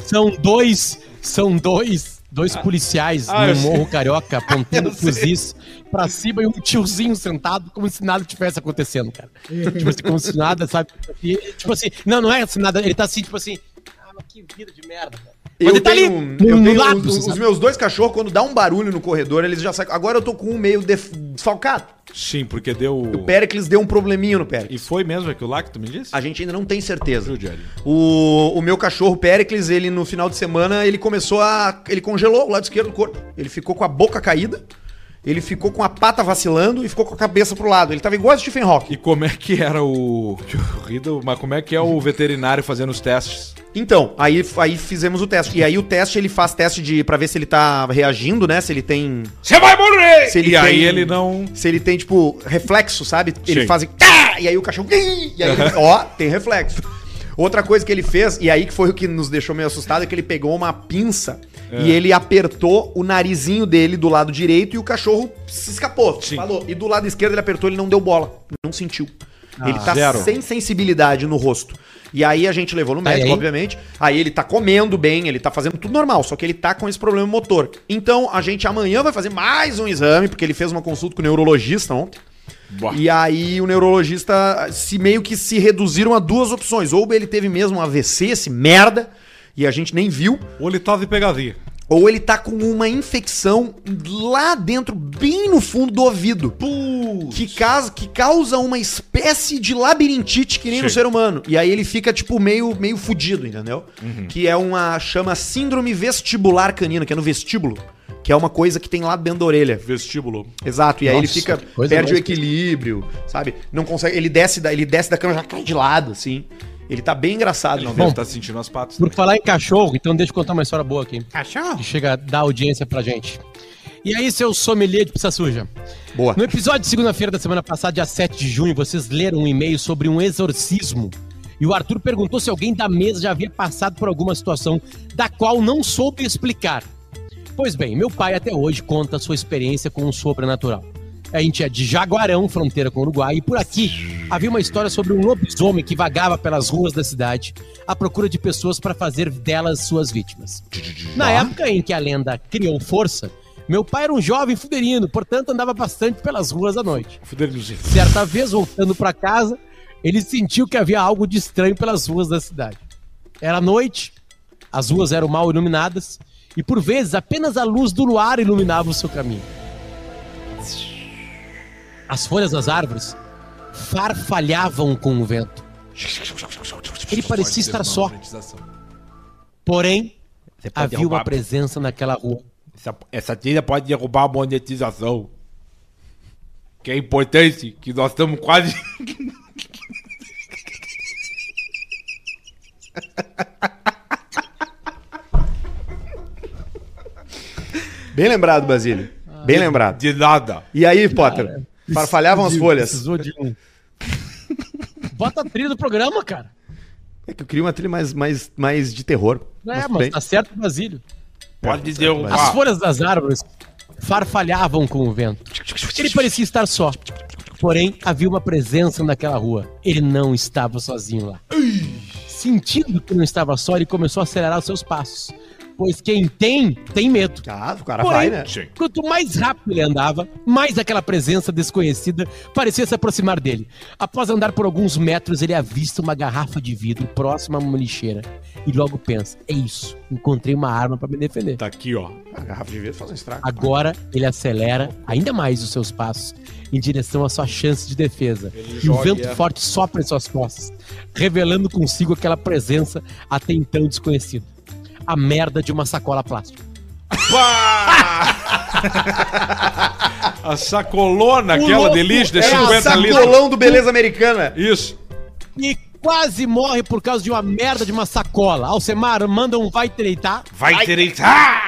S3: São dois, são dois, dois policiais
S2: ah, eu
S3: no
S2: sei.
S3: Morro Carioca apontando fuzis pra cima e um tiozinho sentado como se nada tivesse acontecendo, cara. tipo assim, como se nada, sabe? E, tipo assim, não, não é assim nada, ele tá assim, tipo assim, ah, mas que vida de merda, cara. Mas ele tá ali,
S1: tenho- um- eu
S3: no
S1: tenho
S3: lápis,
S1: os, os
S3: sabe?
S1: meus dois cachorros, quando dá um barulho no corredor, eles já sacam. Agora eu tô com um meio def- desfalcado.
S2: Sim, porque deu.
S1: O Pericles deu um probleminha no Pericles.
S2: E foi mesmo aquilo lá que tu me disse?
S1: A gente ainda não tem certeza.
S2: Viu, Jerry?
S1: O, o meu cachorro Pericles, ele no final de semana, ele começou a. Ele congelou o lado esquerdo do corpo. Ele ficou com a boca caída, ele ficou com a pata vacilando e ficou com a cabeça pro lado. Ele tava igual a Stephen Hawking.
S2: E como é que era o. Que horrível, mas como é que é o veterinário fazendo os testes?
S1: Então, aí, aí fizemos o teste. E aí o teste, ele faz teste de para ver se ele tá reagindo, né? Se ele tem.
S2: Você vai morrer!
S1: Se ele
S2: e aí
S1: tem-
S2: ele não.
S1: Se ele tem, tipo, reflexo, sabe? Ele
S2: Sim.
S1: faz. "Ah!" E aí o cachorro. "Ih!" E aí, ele- ó, tem reflexo. Outra coisa que ele fez, e aí que foi o que nos deixou meio assustado, é que ele pegou uma pinça
S2: É.
S1: e ele apertou o narizinho dele do lado direito e o cachorro se escapou.
S2: Sim.
S1: Falou. E do lado esquerdo ele apertou, ele não deu bola. Não sentiu. ele tá
S2: Ah. zero.
S1: sem sensibilidade no rosto. E aí a gente levou no médico,
S3: aí?
S1: obviamente. Aí ele tá comendo bem, ele tá fazendo tudo normal, só que ele tá com esse problema motor. Então a gente amanhã vai fazer mais um exame, porque ele fez uma consulta com o neurologista ontem.
S2: Bah.
S1: E aí o neurologista se meio que se reduziram a duas opções. Ou ele teve mesmo um AVC, esse merda, e a gente nem viu.
S2: Ou ele tava de pegadinha.
S1: Ou ele tá com uma infecção lá dentro, bem no fundo do ouvido. Que causa, que causa uma espécie de labirintite que nem no
S2: Sim.
S1: ser humano. E aí ele fica, tipo, meio, meio fudido, entendeu?
S2: Uhum.
S1: Que é uma. chama síndrome vestibular canina, que é no vestíbulo. Que é uma coisa que tem lá dentro da orelha.
S2: Vestíbulo.
S1: Exato, e aí ele
S3: Nossa,
S1: fica,
S3: que coisa
S1: perde o
S3: louca.
S1: equilíbrio, sabe? Não consegue, ele desce da, ele desce da cama e já cai de lado, assim. Ele tá bem engraçado, não
S2: Ele
S1: vê?
S2: tá sentindo as patas.
S3: Por falar em cachorro, então deixa eu contar uma história boa aqui.
S1: Cachorro?
S3: que chega a dar audiência pra gente. E aí, seu sommelier de pizza suja?
S1: Boa.
S3: No episódio de segunda-feira da semana passada, dia 7 de junho, vocês leram um e-mail sobre um exorcismo. E o Arthur perguntou se alguém da mesa já havia passado por alguma situação da qual não soube explicar. Pois bem, meu pai até hoje conta a sua experiência com o sobrenatural. A gente é de Jaguarão, fronteira com o Uruguai, e por aqui havia uma história sobre um lobisomem que vagava pelas ruas da cidade à procura de pessoas para fazer delas suas vítimas. Na época em que a lenda criou força, meu pai era um jovem fuderino, portanto andava bastante pelas ruas à noite. Certa vez, voltando para casa, ele sentiu que havia algo de estranho pelas ruas da cidade. Era noite, as ruas eram mal iluminadas e por vezes apenas a luz do luar iluminava o seu caminho. As folhas das árvores farfalhavam com o vento. Ele parecia estar só. Porém,
S5: Você pode
S3: havia uma
S5: derrubar-
S3: presença naquela rua.
S5: Essa, essa trilha pode derrubar a monetização. Que é importante, que nós estamos quase. *laughs*
S1: Bem lembrado, Basílio.
S3: Ah.
S1: Bem lembrado.
S5: de nada.
S1: E aí, Potter? Farfalhavam as folhas.
S3: Precisou de um. *laughs* Bota a trilha do programa, cara.
S1: É que eu queria uma trilha mais, mais, mais de terror.
S3: É,
S1: Mas
S3: mas
S1: bem.
S3: tá certo, Basílio.
S5: Pode
S3: As
S2: Ah.
S5: derrubar.
S3: folhas das árvores farfalhavam com o vento. Ele parecia estar só. Porém, havia uma presença naquela rua. Ele não estava sozinho lá. Sentindo que não estava só, ele começou a acelerar os seus passos. Pois quem tem, tem medo.
S1: Ah, o cara vai,
S3: Porém,
S1: né?
S3: quanto mais rápido ele andava, mais aquela presença desconhecida parecia se aproximar dele. Após andar por alguns metros, ele avista uma garrafa de vidro próxima a uma lixeira. E logo pensa: é isso, encontrei uma arma para me defender.
S5: Tá aqui, ó.
S1: A garrafa de vidro faz um estrago.
S3: Agora ele acelera ainda mais os seus passos em direção à sua chance de defesa. e o vento forte sopra em suas costas, revelando consigo aquela presença até então desconhecida. A merda de uma sacola plástica.
S5: *laughs*
S2: A sacolona, aquela
S3: louco
S2: delícia de
S1: É o
S2: 50 litros.
S1: sacolão do Beleza Americana.
S2: Isso.
S3: E quase morre por causa de uma merda de uma sacola. Alcemar, manda um vai treitar
S2: Vai direitar!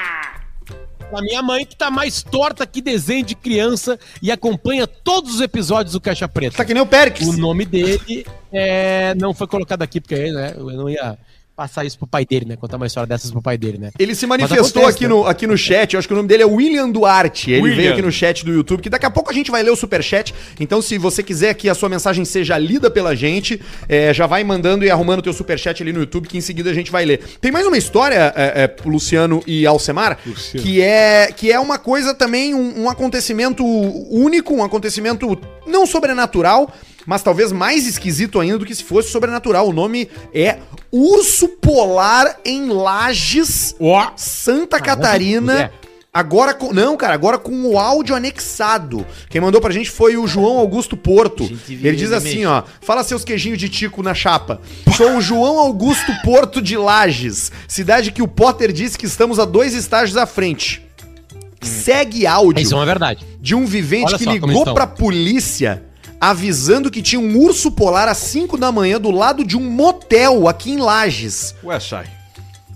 S3: pra minha mãe, que tá mais torta que desenho de criança e acompanha todos os episódios do Caixa Preta.
S1: Tá que nem o Pericles.
S3: O nome dele é, não foi colocado aqui, porque aí, né, eu não ia passar isso pro pai dele, né? Contar uma história dessas pro pai dele, né?
S1: Ele se manifestou
S3: Mas acontece,
S1: aqui,
S3: né?
S1: no, aqui no chat, eu acho que o nome dele é William Duarte. Ele
S2: William.
S1: veio aqui no chat do YouTube, que daqui a pouco a gente vai ler o superchat. Então, se você quiser que a sua mensagem seja lida pela gente, é, já vai mandando e arrumando o teu superchat ali no YouTube, que em seguida a gente vai ler. Tem mais uma história, é, é, Luciano e Alcemar,
S2: Luciano.
S1: que é, que é uma coisa também, um, um acontecimento único, um acontecimento não sobrenatural, mas talvez mais esquisito ainda do que se fosse sobrenatural. O nome é Urso Polar em Lages,
S2: Ó, Ah.
S1: Santa
S3: Caramba,
S1: Catarina.
S3: é.
S1: Agora com. Não, cara, agora com o áudio anexado. Quem mandou pra gente foi o João Augusto Porto.
S5: Gente,
S1: Ele diz
S5: ele
S1: assim, ó. Fala seus queijinhos de tico na chapa. Sou o João Augusto Porto de Lages, cidade que o Potter disse que estamos a dois estágios à frente. Segue áudio
S3: Isso é uma verdade.
S1: de um vivente
S3: Olha
S1: que
S3: só como
S1: ligou
S3: estão.
S1: pra polícia avisando que tinha um urso polar às 5 da manhã do lado de um motel aqui em Lages.
S2: ué, sai.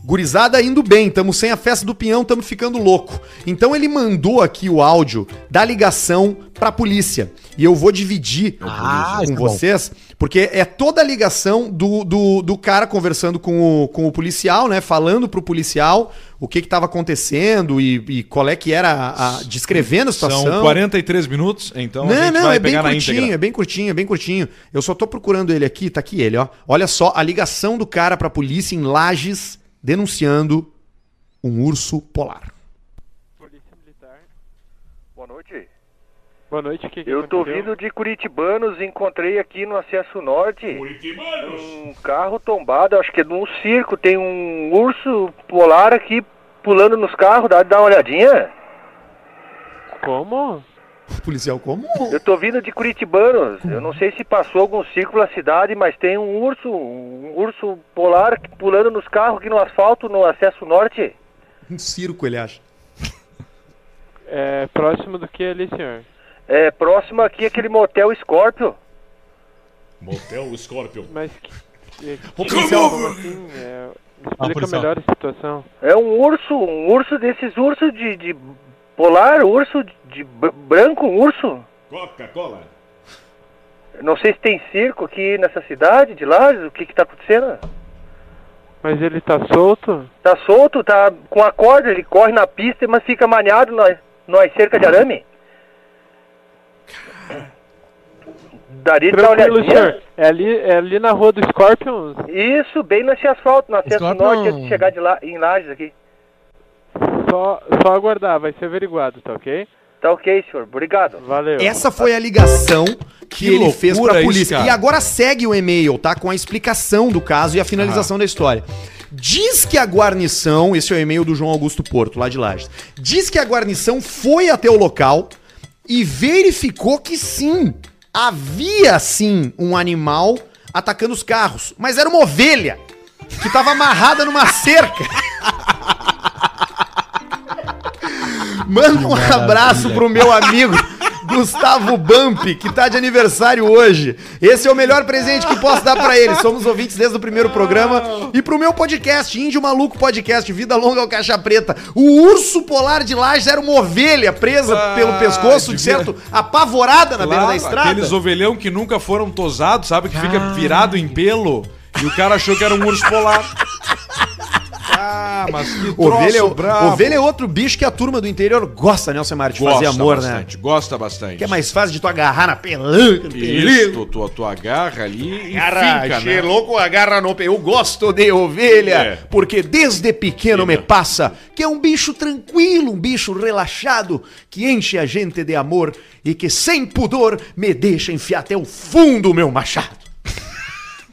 S1: Gurizada indo bem, tamo sem a festa do pinhão, tamo ficando louco. Então ele mandou aqui o áudio da ligação pra polícia. E eu vou dividir
S3: Ah,
S1: com
S3: isso é bom.
S1: vocês, porque é toda a ligação do, do, do cara conversando com o, com o policial, né? Falando pro policial o que que tava acontecendo e, e qual é que era, a, a- descrevendo a situação.
S2: São 43 minutos, então a
S1: Não,
S2: gente
S1: não,
S2: vai
S1: é bem
S2: pegar na
S1: curtinho,
S2: íntegra.
S1: é bem curtinho, é bem curtinho. Eu só tô procurando ele aqui, tá aqui ele, ó. Olha só a ligação do cara pra polícia em Lages denunciando um urso polar.
S6: Polícia Militar.
S7: Boa noite.
S6: Boa noite, o que que
S7: Eu tô
S6: aconteceu?
S7: vindo de Curitibanos, encontrei aqui no acesso norte um carro tombado, acho que é num circo, tem um urso polar aqui pulando nos carros, dá, dá uma olhadinha.
S6: Como?
S1: Policial como?
S7: Eu tô vindo de Curitibanos, eu não sei se passou algum circo pela cidade, mas tem um urso, um urso polar que- pulando nos carros aqui no asfalto, no acesso norte.
S1: Um circo, ele acha.
S6: É próximo do que ali, senhor?
S7: É próximo aqui aquele motel Scorpio.
S5: Motel Scorpion.
S6: Mas que. é, que-
S1: policial-
S6: como assim? É, me
S3: Ah,
S6: explica
S3: policial.
S6: melhor a situação.
S7: É um urso, um urso desses ursos de, de Polar, urso de br- branco, um urso?
S2: Coca-Cola.
S7: Não sei se tem circo aqui nessa cidade de Lages, o que que tá acontecendo?
S6: Mas ele tá solto?
S7: Tá solto, tá com a corda, ele corre na pista, mas fica maniado nós, nós cerca de arame. Daria de dar uma
S6: Tranquilo,
S7: olhadinha.
S6: senhor. É ali, é ali na rua do Scorpions?
S7: Isso, bem nesse asfalto, na Centro
S3: Scorpion.
S7: Norte, antes de chegar de lá, em Lages aqui.
S6: Só, só aguardar, vai ser averiguado, tá ok?
S7: Tá ok, senhor. Obrigado.
S6: Valeu.
S1: Essa foi a ligação que,
S2: Que
S1: ele fez
S2: loucura
S1: pra
S2: isso,
S1: polícia.
S2: cara.
S1: e agora segue o e-mail, tá? Com a explicação do caso e a finalização da história. Diz que a guarnição, esse é o e-mail do João Augusto Porto, lá de Lages. Diz que a guarnição foi até o local e verificou que sim, havia sim um animal atacando os carros, mas era uma ovelha que tava amarrada numa cerca. Manda um abraço pro meu amigo Gustavo Bump, que tá de aniversário hoje. Esse é o melhor presente que posso dar pra ele. Somos ouvintes desde o primeiro programa. E pro meu podcast, Índio Maluco Podcast, Vida Longa ao Caixa Preta. O urso polar de Lages era uma ovelha presa
S2: Ah,
S1: pelo pescoço, de
S2: devia-
S1: certo? Apavorada na beira da estrada.
S2: Aqueles ovelhão que nunca foram tosados, sabe? Que fica virado em pelo. E o cara achou que era um urso polar. *laughs* Ah, mas que troço
S1: Ovelha, é o-
S2: brabo.
S1: ovelha é outro bicho que a turma do interior gosta, né, Alcemar? De
S2: gosta
S1: fazer amor, né?
S2: bastante, Gosta bastante.
S1: Que é mais fácil de tu agarrar na pelanca, no
S2: Isso, tu, tu, tu agarra ali e
S1: Cara,
S2: finca,
S1: che
S2: né?
S1: louco agarra no pé. Eu gosto de ovelha,
S2: É.
S1: porque desde pequeno me passa que é um bicho tranquilo, um bicho relaxado, que enche a gente de amor e que sem pudor me deixa enfiar até o fundo o meu machado.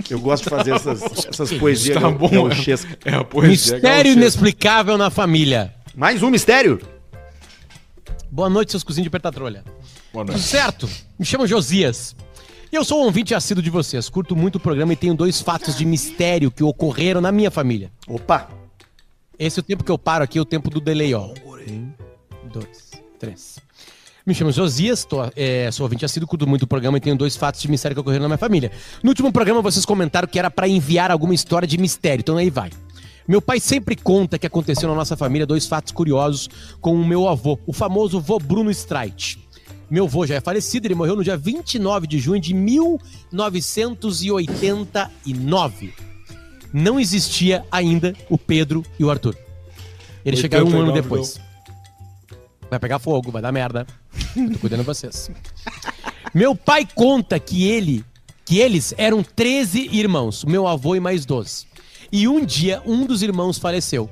S1: Eu gosto de fazer essas, essas poesias um
S2: Tá
S1: gau-
S2: bom.
S1: gauchescas.
S2: É, é, pois é,
S3: Mistério
S2: gauchesco.
S3: inexplicável na família.
S1: Mais um mistério?
S3: Boa noite, seus cozinhos de petatrolha.
S2: Boa
S3: Tudo
S2: noite.
S3: certo? Me chamo Josias. E Eu sou um ouvinte assíduo de vocês. Curto muito o programa e tenho dois fatos de mistério que ocorreram na minha família.
S1: Opa!
S3: Esse é o tempo que eu paro aqui, é o tempo do delay, ó. Um, dois, três. Me chamo Josias, tô, é, sou ouvinte assíduo, curto muito o programa e tenho dois fatos de mistério que ocorreram na minha família. No último programa vocês comentaram que era pra enviar alguma história de mistério, então aí vai. Meu pai sempre conta que aconteceu na nossa família dois fatos curiosos com o meu avô, o famoso vô Bruno Streit. Meu avô já é falecido, ele morreu no dia 29 de junho de 1989 não existia ainda o Pedro e o Arthur. Eles chegaram um ano
S2: 89
S3: depois. Vai pegar fogo, vai dar merda. Eu Tô cuidando de vocês. Meu pai conta que ele, que eles eram 13 irmãos, o meu avô e mais 12. E um dia um dos irmãos faleceu.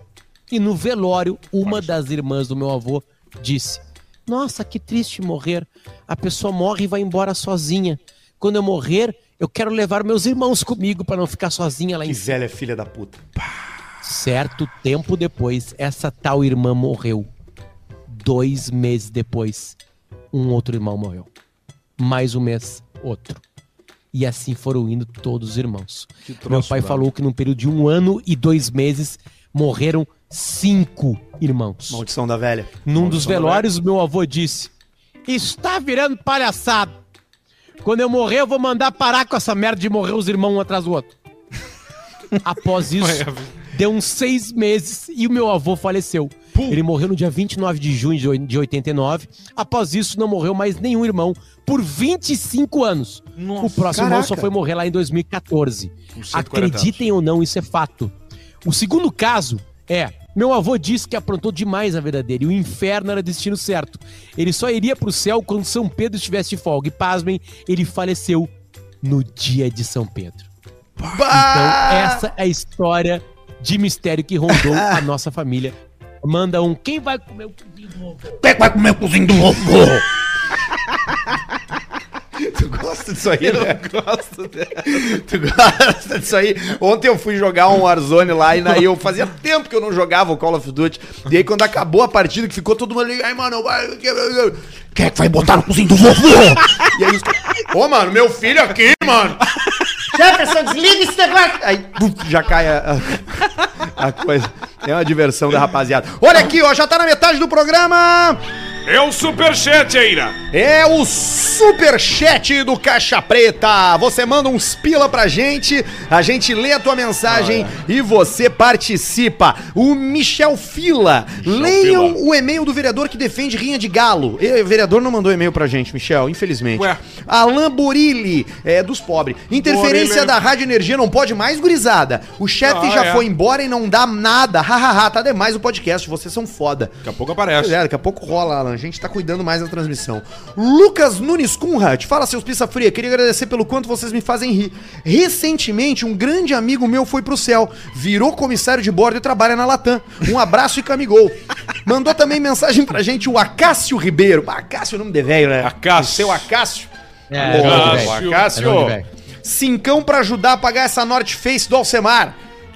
S3: E no velório, uma das irmãs do meu avô disse: "Nossa, que triste morrer. A pessoa morre e vai embora sozinha. Quando eu morrer, eu quero levar meus irmãos comigo pra não ficar sozinha lá em
S1: Que velha filha da puta.
S3: Certo tempo depois, essa tal irmã morreu. Dois meses depois, um outro irmão morreu. Mais um mês, outro. E assim foram indo todos os irmãos. Meu pai falou que num período de um ano e dois meses morreram cinco irmãos.
S1: Maldição da velha.
S3: Num dos
S2: né?
S3: velórios, meu avô disse: Está virando palhaçada. Quando eu morrer, eu vou mandar parar com essa merda de morrer os irmãos um atrás do
S2: *laughs*
S3: outro. Após isso, deu uns seis meses e o meu avô faleceu. Ele morreu no dia 29 de junho de oi- de 89. Após isso, não morreu mais nenhum irmão por 25 anos. o próximo irmão só
S1: caraca.
S3: foi morrer lá em 2014.
S2: Com 140 anos.
S3: Acreditem ou não, isso é fato. O segundo caso é: meu avô disse que aprontou demais a vida dele. O inferno era destino certo. Ele só iria pro céu quando São Pedro estivesse de folga. E pasmem, ele faleceu no dia de São Pedro. Então,
S1: Ah!
S3: essa é a história de mistério que rondou
S1: *laughs*
S3: a nossa família. Manda um. Quem vai comer o cozinho do vovô?
S1: Quem vai comer o cozinho do vovô? Tu gosta disso aí? *laughs* Eu gosto *laughs* Tu gosta disso aí? Ontem eu fui jogar um Warzone lá e daí eu fazia tempo que eu não jogava o Call of Duty. E aí quando acabou a partida que ficou todo mundo ali, ai mano, vai- quem é que vai botar no cozinho do vovô? E aí os caras, ô mano, meu filho aqui, mano. Jefferson, desliga esse negócio. Aí puf, já cai a, a- a coisa. É uma diversão da rapaziada. Olha aqui, ó, já tá na metade do programa.
S2: É o Superchat, né? Eira.
S1: É o superchat do Caixa Preta. Você manda uns pila pra gente, a gente lê a tua mensagem
S2: Ah, é.
S1: e você participa. O Michel Fila. Leiam o e-mail do vereador que defende Rinha de Galo. E, o vereador não mandou e-mail pra gente, Michel, infelizmente.
S2: Ué.
S1: Alain Borilli, é, dos pobres. Interferência
S2: Borilli.
S1: da Rádio Energia não pode mais, gurizada. O chefe
S2: Ah,
S1: já
S2: é.
S1: foi embora e não dá nada. Hahaha, tá demais o podcast, vocês são foda.
S2: Daqui a pouco
S1: Pois
S2: aparece.
S1: é, daqui a pouco rola, Alan. A gente tá cuidando mais da transmissão. Lucas Nunes Kunrat, fala seus pizza fria. Queria agradecer pelo quanto vocês me fazem rir. Recentemente, um grande amigo meu foi pro céu, virou comissário de bordo e trabalha na Latam. Um abraço e camigol. Mandou também mensagem pra gente o Acácio Ribeiro. Ah, Acácio, é nome de velho, né?
S2: Acácio.
S1: Seu Acácio.
S3: É,
S1: Ô,
S3: é,
S2: Acácio.
S1: velho.
S3: É nome de velho.
S1: Cincão pra ajudar a pagar essa Norte Face do Alcemar.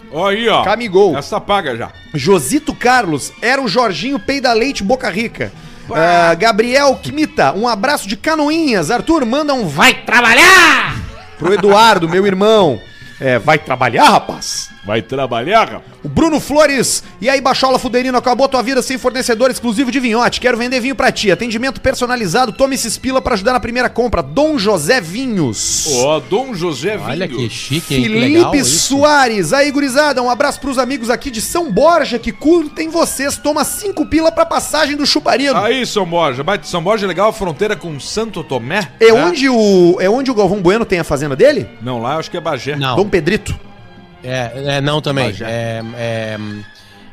S2: Ó Aí, ó.
S1: Camigol.
S2: Essa paga já.
S1: Josito Carlos era o Jorginho Peida Leite Boca Rica. Ah, Gabriel Kmita, um abraço de canoinhas. Arthur, manda um vai trabalhar pro Eduardo, meu irmão. É, vai trabalhar, rapaz?
S2: Vai trabalhar, rapaz.
S1: O Bruno Flores. E aí, Bachola Fuderino, acabou tua vida sem fornecedor exclusivo de vinhote. Quero vender vinho pra ti. Atendimento personalizado. Tome esses pila pra ajudar na primeira compra. Dom José Vinhos.
S2: Ó, Dom José Vinho.
S3: Olha que chique, hein? Que legal
S1: Felipe
S3: isso.
S1: Soares, aí gurizada, um abraço pros amigos aqui de São Borja que curtem vocês. Toma cinco pila pra passagem do Chuparino.
S2: Aí, São Borja. Bate, São Borja é legal a fronteira com Santo Tomé.
S1: é,
S2: né?
S1: onde o, é onde o Galvão Bueno tem a fazenda dele?
S2: Não, lá eu acho que é Bagé.
S3: Não.
S1: Dom Pedrito.
S3: É, é, não também. É, é,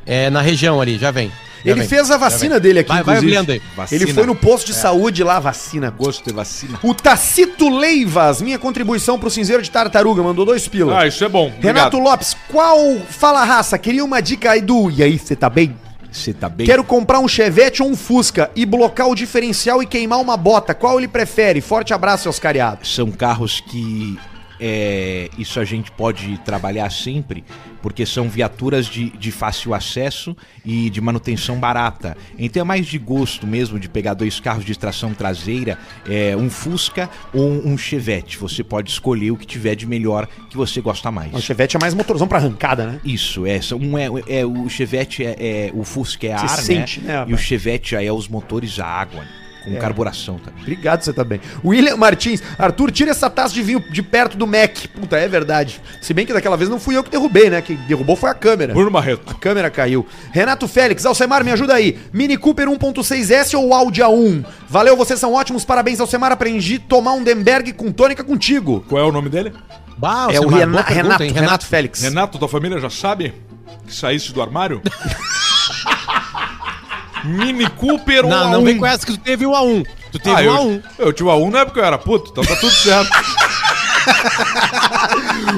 S3: é na região ali, já vem. já
S1: Ele
S3: vem.
S1: fez a vacina dele aqui,
S3: Vai, vai olhando aí. É.
S1: Ele foi no posto de saúde lá, vacina.
S2: Gosto de vacina.
S1: O Tacito Leivas, minha contribuição pro cinzeiro de tartaruga, mandou dois pila.
S2: Ah, isso é bom.
S1: Renato Lopes, qual fala raça? Queria uma dica aí do. E aí, você tá bem?
S2: Você tá bem?
S1: Quero comprar um Chevette ou um Fusca e blocar o diferencial e queimar uma bota. Qual ele prefere? Forte abraço, seus cariados.
S5: São carros que é, isso a gente pode trabalhar sempre, porque são viaturas de, de fácil acesso e de manutenção barata. Então é mais de gosto mesmo de pegar dois carros de tração traseira, é, um Fusca ou um, um Chevette. Você pode escolher o que tiver de melhor que você gosta
S1: O
S5: mais.
S1: Chevette é mais motorzão pra arrancada, né?
S5: Isso, é, são- um é, é o Chevette é, é- o Fusca é a
S1: Você
S5: ar,
S1: sente, né,
S5: né? E o
S1: rapaz? É.
S5: Chevette já é os motores a água, né? com carburação também.
S1: Obrigado, você tá bem. William Martins, Arthur, tira essa taça de vinho de perto do Mac. Puta, é verdade. Se bem que daquela vez não fui eu que derrubei, né? Quem derrubou foi a câmera.
S2: Bruno Barreto.
S1: A câmera caiu. Renato Félix, Alcemar, me ajuda aí. Mini Cooper 1.6S ou Audi A1? Valeu, vocês são ótimos. Parabéns, Alcemar. Aprendi a tomar um Demberg com tônica contigo.
S2: Qual é o nome dele?
S3: Bah,
S1: É o
S3: Alcemar,
S1: Rena-
S3: boa pergunta,
S1: Renato,
S3: hein?
S1: Renato,
S3: Renato.
S1: Félix.
S2: Renato, tua família já sabe que saísse do *laughs* armário? Mini Cooper 1
S3: Não, não vem com essa que tu teve um a um. Tu
S1: Ah,
S3: teve um a um.
S2: Ah, Eu, eu tinha um a 1 na época que eu era puto, então tá tudo certo.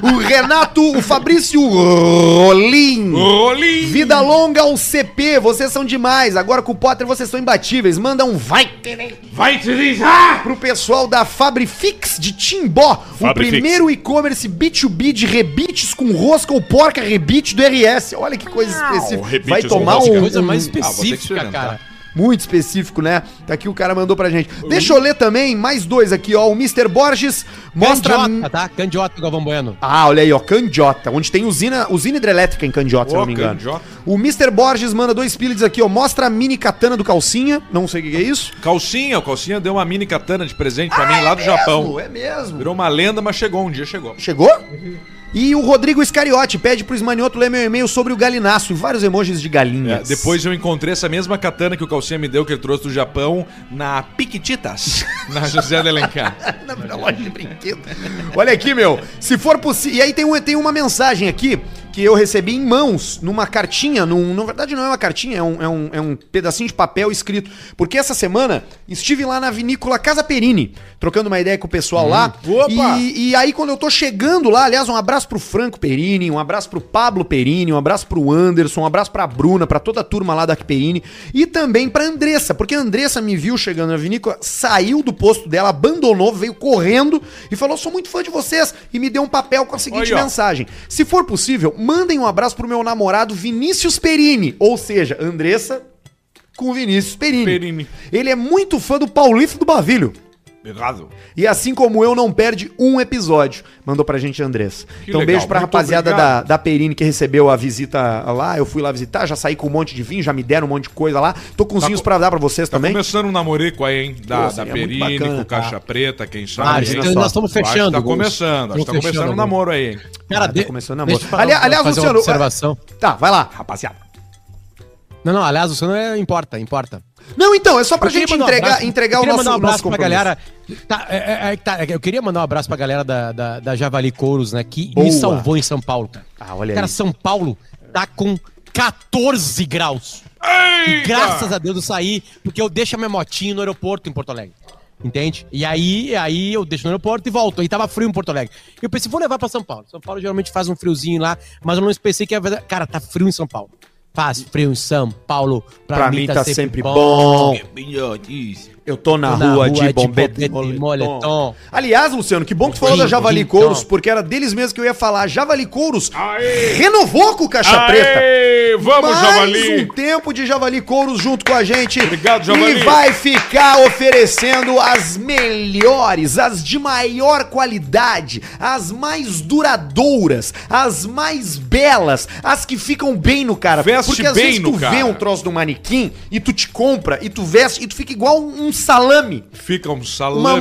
S1: O Renato, o Fabrício
S2: *laughs*
S1: Rolim.
S2: Rolim!
S1: Vida longa ao CP, vocês são demais. Agora com o Potter vocês são imbatíveis. Manda um vai
S2: Vai te ligar!
S1: pro pessoal da Fabrifix de Timbó, o
S2: Fabrifix.
S1: primeiro e-commerce B2B de rebites com rosca ou porca rebite do RS. Olha que coisa específica.
S2: rebites
S1: Vai
S2: com
S1: tomar
S2: rosca.
S1: um,
S3: Coisa mais
S2: Ah,
S1: um-
S2: vou ter que
S3: específica,
S2: experimentar.
S3: cara.
S1: Muito específico, né? Tá aqui o cara mandou pra gente. Deixa eu ler também mais dois aqui, ó. O Mr. Borges mostra.
S3: Candiota, tá? Candiota, Galvão Bueno.
S1: Ah, olha aí, ó, Candiota, onde tem usina, usina hidrelétrica em Candiota, se
S2: Ô,
S1: eu não me engano.
S2: Candiota.
S1: O Mr. Borges manda dois pillets aqui, ó, mostra a mini katana do calcinha, não sei o que que é isso.
S2: Calcinha, o Calcinha deu uma mini katana de presente pra mim lá do Japão.
S1: É mesmo.
S2: Virou uma lenda, mas chegou, um dia chegou.
S1: Chegou? E o Rodrigo Iscariote pede pro Esmanioto ler meu e-mail sobre o galinaço e vários emojis de
S2: É,
S1: galinhas.
S2: depois eu encontrei essa mesma katana que o Calcinha me deu, que ele trouxe do Japão, na
S1: *laughs*
S2: Piquititas, na José de Alencar.
S1: na, na loja de brinquedo. Olha aqui, meu. Se for possível. E aí tem, um, tem uma mensagem aqui que eu recebi em mãos, numa cartinha. Num, na verdade, não é uma cartinha, é um, é, um, é um pedacinho de papel escrito. Porque essa semana estive lá na vinícola Casa Perini, trocando uma ideia com o pessoal lá.
S2: opa!
S1: E, e aí, quando eu tô chegando lá, aliás, um abraço pro Franco Perini, um abraço pro Pablo Perini, um abraço pro Anderson, um abraço pra Bruna, pra toda a turma lá da Perini e também pra Andressa, porque a Andressa me viu chegando na vinícola, saiu do posto dela, abandonou, veio correndo e falou: sou muito fã de vocês, e me deu um papel com a seguinte
S2: Aí, ó.
S1: mensagem. Se for possível, mandem um abraço pro meu namorado Vinícius Perini, ou seja, Andressa com Vinícius Perini.
S2: Perini.
S1: Ele é muito fã do Paulista do Bavilho.
S2: Errado.
S1: E assim como eu, não perde um episódio. Mandou pra gente, Andressa.
S2: Que
S1: Então,
S2: legal,
S1: beijo pra
S2: muito
S1: rapaziada da,
S2: obrigado.
S1: da Perini que recebeu a visita lá. Eu fui lá visitar, já saí com um monte de vinho, já me deram um monte de coisa lá. Tô com os
S2: Tá
S1: vinhos
S2: co-
S1: pra dar pra vocês
S2: Tá
S1: também.
S2: começando um namorico aí, hein? Da,
S1: Pô,
S2: da
S1: seria muito
S2: Perini,
S1: bacana,
S2: com
S1: tá?
S2: Caixa Preta, quem sabe.
S3: Ah,
S2: hein?
S1: imagina
S3: então
S1: só.
S3: nós estamos
S2: Acho que
S3: fechando.
S2: Tá começando, acho que tá
S3: Estamos
S2: começando
S3: fechando
S2: um namoro aí, hein?
S3: Cara,
S1: tá
S3: de...
S1: começando a
S3: deixa
S1: namoro.
S3: eu falar,
S1: Ali- aliás,
S3: fazer
S1: Luciano,
S3: uma observação.
S1: Tá, vai lá.
S5: Rapaziada.
S3: Não, não, aliás, o não é, importa, importa.
S1: Não, então, é só pra
S3: Eu queria
S1: gente
S3: mandar um
S1: entregar,
S3: abraço-
S1: entregar
S3: eu
S1: o
S3: queria
S1: nosso,
S3: mandar um
S1: nosso
S3: abraço pra
S1: compromisso.
S3: galera. Tá, é, é, é, tá, é, eu queria mandar um abraço pra galera da, da, da Javali Couros, né? Que
S1: Boa.
S3: me salvou em São Paulo. cara.
S1: Ah, olha
S3: Cara,
S1: aí.
S3: São Paulo tá com 14 graus. E graças a Deus eu saí, porque eu deixo a minha motinha no aeroporto em Porto Alegre. Entende? E aí, aí eu deixo no aeroporto e volto. E tava frio em Porto Alegre. E eu pensei, vou levar pra São Paulo. São Paulo geralmente faz um friozinho lá, mas eu não pensei que ia. Cara, tá frio em São Paulo. Faz frio em São Paulo. Pra, mim, tá, sempre, bom.
S1: Eu tô na,
S3: Na
S1: rua,
S3: rua
S1: de
S3: de
S1: bombete e
S3: bombete e
S1: moletom.
S3: moletom.
S1: Aliás, Luciano, que bom que tu falou da
S3: Sim,
S1: Javali
S3: então.
S1: Couros, porque era deles mesmo que eu ia falar. Javali Couros renovou com o Caixa Preta.
S2: Aê, vamos,
S1: Mais
S2: Javali!
S1: um tempo de Javali Couros junto com a gente.
S2: Obrigado, Javali.
S1: E vai ficar oferecendo as melhores, as de maior qualidade, as mais duradouras, as mais belas, as que ficam bem no cara.
S2: Veste
S1: Porque às
S2: bem
S1: vezes
S2: no
S1: tu
S2: cara.
S1: vê um troço do manequim e tu te compra e tu veste e tu fica igual um salame.
S2: Fica um salame.
S1: Uma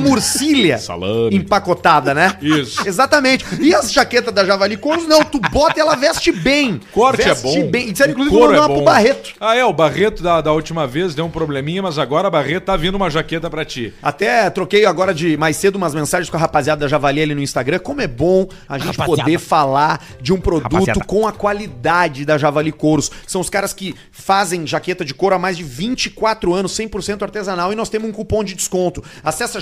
S2: *laughs*
S1: murcilha
S2: Salame.
S1: empacotada, né?
S2: Isso.
S1: *laughs* Exatamente. E as jaquetas da Javali Couros, não, tu bota e ela veste bem.
S2: Corte
S1: veste
S2: é bom.
S1: Bem. Disseram,
S2: O
S1: inclusive,
S2: couro
S1: mandou
S2: é
S1: uma
S2: bom.
S1: pro Barreto.
S2: Ah, é, o Barreto da, da última vez deu um probleminha, mas agora, Barreto, tá vindo uma jaqueta pra ti.
S1: Até troquei agora de mais cedo umas mensagens com a rapaziada da Javali ali no Instagram. Como é bom a gente
S3: Rapaziada.
S1: poder falar de um produto
S5: Rapaziada.
S1: com a qualidade da Javali Couros. São os caras que fazem jaqueta de couro há mais de 24 anos, 100% artesanal, e nós temos um cupom de desconto. Acesse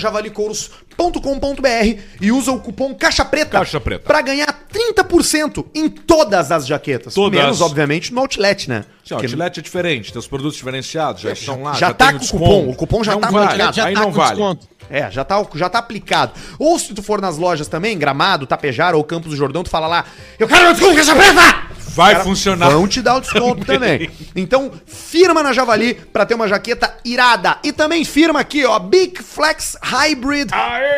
S1: javalicouros.com.br e usa o cupom Caixa Preta,
S2: Caixa Preta.
S1: pra ganhar 30% em todas as jaquetas.
S2: Todas.
S1: Menos, obviamente, no Outlet, né?
S2: Sim, o
S1: Porque-
S2: outlet é diferente, tem os produtos diferenciados, já estão lá.
S1: já tá
S2: tem um
S1: com o cupom, o cupom já
S2: não
S1: tá
S2: vale,
S1: marcado,
S2: Aí não vale.
S1: É, já tá, já tá aplicado. Ou se tu for nas lojas também, Gramado, Tapejara ou Campos do Jordão, tu fala lá, eu quero meu desconto, Caixa Preta!
S2: Vai funcionar.
S1: Vão te dar o desconto também. Então, firma na Javali pra ter uma jaqueta irada. E também firma aqui, ó, Big Flex Hybrid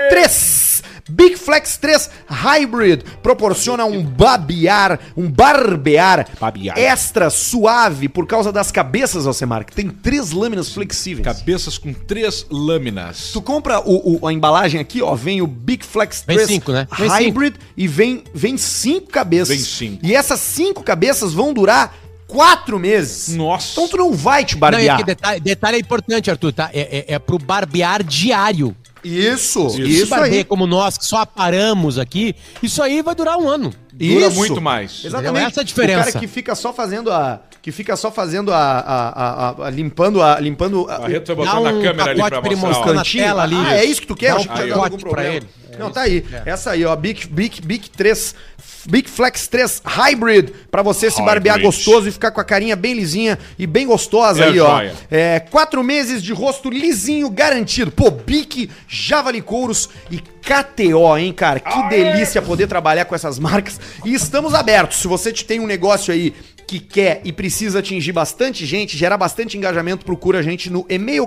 S1: 3. Big Flex 3 Hybrid proporciona um babear, um barbear,
S5: Babear.
S1: extra suave por causa das cabeças, Alcemar, que tem três lâminas flexíveis.
S2: Cabeças com três lâminas.
S1: Tu compra o, o- a embalagem aqui, ó, vem o Big Flex
S3: Vem
S1: 3
S3: cinco, né? Vem
S1: Hybrid e vem, vem cinco cabeças.
S2: Vem cinco.
S1: E essas cinco cabeças vão durar quatro meses.
S2: Nossa.
S1: Então tu não vai te
S3: Não, e
S1: barbear.
S3: aqui, detalhe, detalhe é importante, Arthur, tá? É, é, é pro barbear diário.
S1: Isso,
S2: Isso.
S1: isso,
S3: Esse barbear
S1: aí.
S3: como nós, que só aparamos aqui, isso aí vai durar um ano.
S2: Dura
S1: isso.
S2: muito mais.
S1: Exatamente.
S3: Essa é a diferença.
S1: O cara que fica só fazendo a... Que fica só fazendo a... a- a- a- a- limpando a... Limpando a,
S2: Barreto vai
S3: Dá
S2: botar na
S3: um
S2: câmera ali
S3: pacote
S2: pra
S3: pra ele
S2: mostrar.
S3: mostrar
S2: ó.
S3: na tela ali.
S1: Ah, é isso que tu quer?
S3: Dá um
S1: Achei que tinha dado
S3: pacote
S1: algum problema.
S3: pra ele. É
S1: Não,
S3: isso.
S1: tá aí. Essa aí, ó. Big, Big, Big 3. Big Flex 3 Hybrid. Pra você se barbear
S2: Hybrid.
S1: gostoso e ficar com a carinha bem lisinha e bem gostosa
S2: É
S1: aí,
S2: joia.
S1: ó. É, quatro meses de rosto lisinho garantido. Pô, Bic, Javali Couros e KTO, hein, cara? Que delícia poder trabalhar com essas marcas. E estamos abertos. Se você te tem um negócio aí que quer e precisa atingir bastante gente, gerar bastante engajamento, procura a gente no e-mail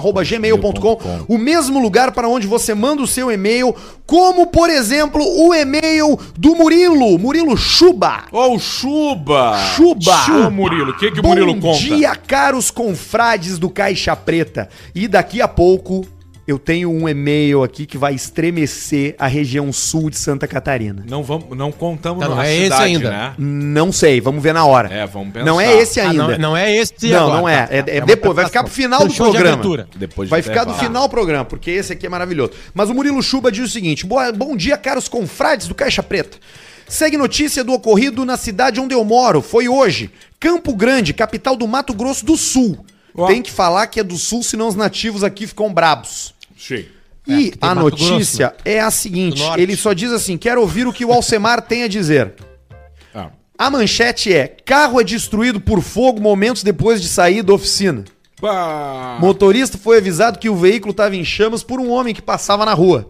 S1: caixapreta@gmail.com, o mesmo lugar para onde você manda o seu e-mail, como por exemplo, o e-mail do Murilo, Murilo Chuba.
S2: Ó, o Chuba.
S1: Chuba.
S2: Chuba, Murilo. O que, que o
S1: Bom
S2: Murilo conta?
S1: dia, caros confrades do Caixa Preta. E daqui a pouco eu tenho um e-mail aqui que vai estremecer a região sul de Santa Catarina.
S2: Não, vamos, não contamos
S3: Tá,
S2: na
S3: não é esse
S2: cidade,
S3: ainda.
S2: né?
S1: Não sei, vamos ver na hora.
S2: É, vamos pensar.
S1: Não é esse
S3: Ah,
S1: ainda.
S3: não, não é esse
S1: Não, não é. É- é depois, vai ficar pro final do programa.
S2: Depois
S1: Vai
S2: de
S1: ficar do
S2: levar.
S1: final do programa, porque esse aqui é maravilhoso. Mas o Murilo Chuba diz o seguinte: Boa, bom dia, caros confrades do Caixa Preta. Segue notícia do ocorrido na cidade onde eu moro. Foi hoje. Campo Grande, capital do Mato Grosso do Sul.
S2: Ó.
S1: Tem que falar que é do sul, senão os nativos aqui ficam brabos.
S2: Sim.
S1: E
S3: É, porque tem
S1: a
S3: Mato
S1: notícia é a seguinte:
S3: Do norte.
S1: ele só diz assim: quero ouvir o que o Alcemar tem a dizer.
S2: Ah.
S1: A manchete é: carro é destruído por fogo momentos depois de sair da oficina.
S2: Pá.
S1: Motorista foi avisado que o veículo estava em chamas por um homem que passava na rua.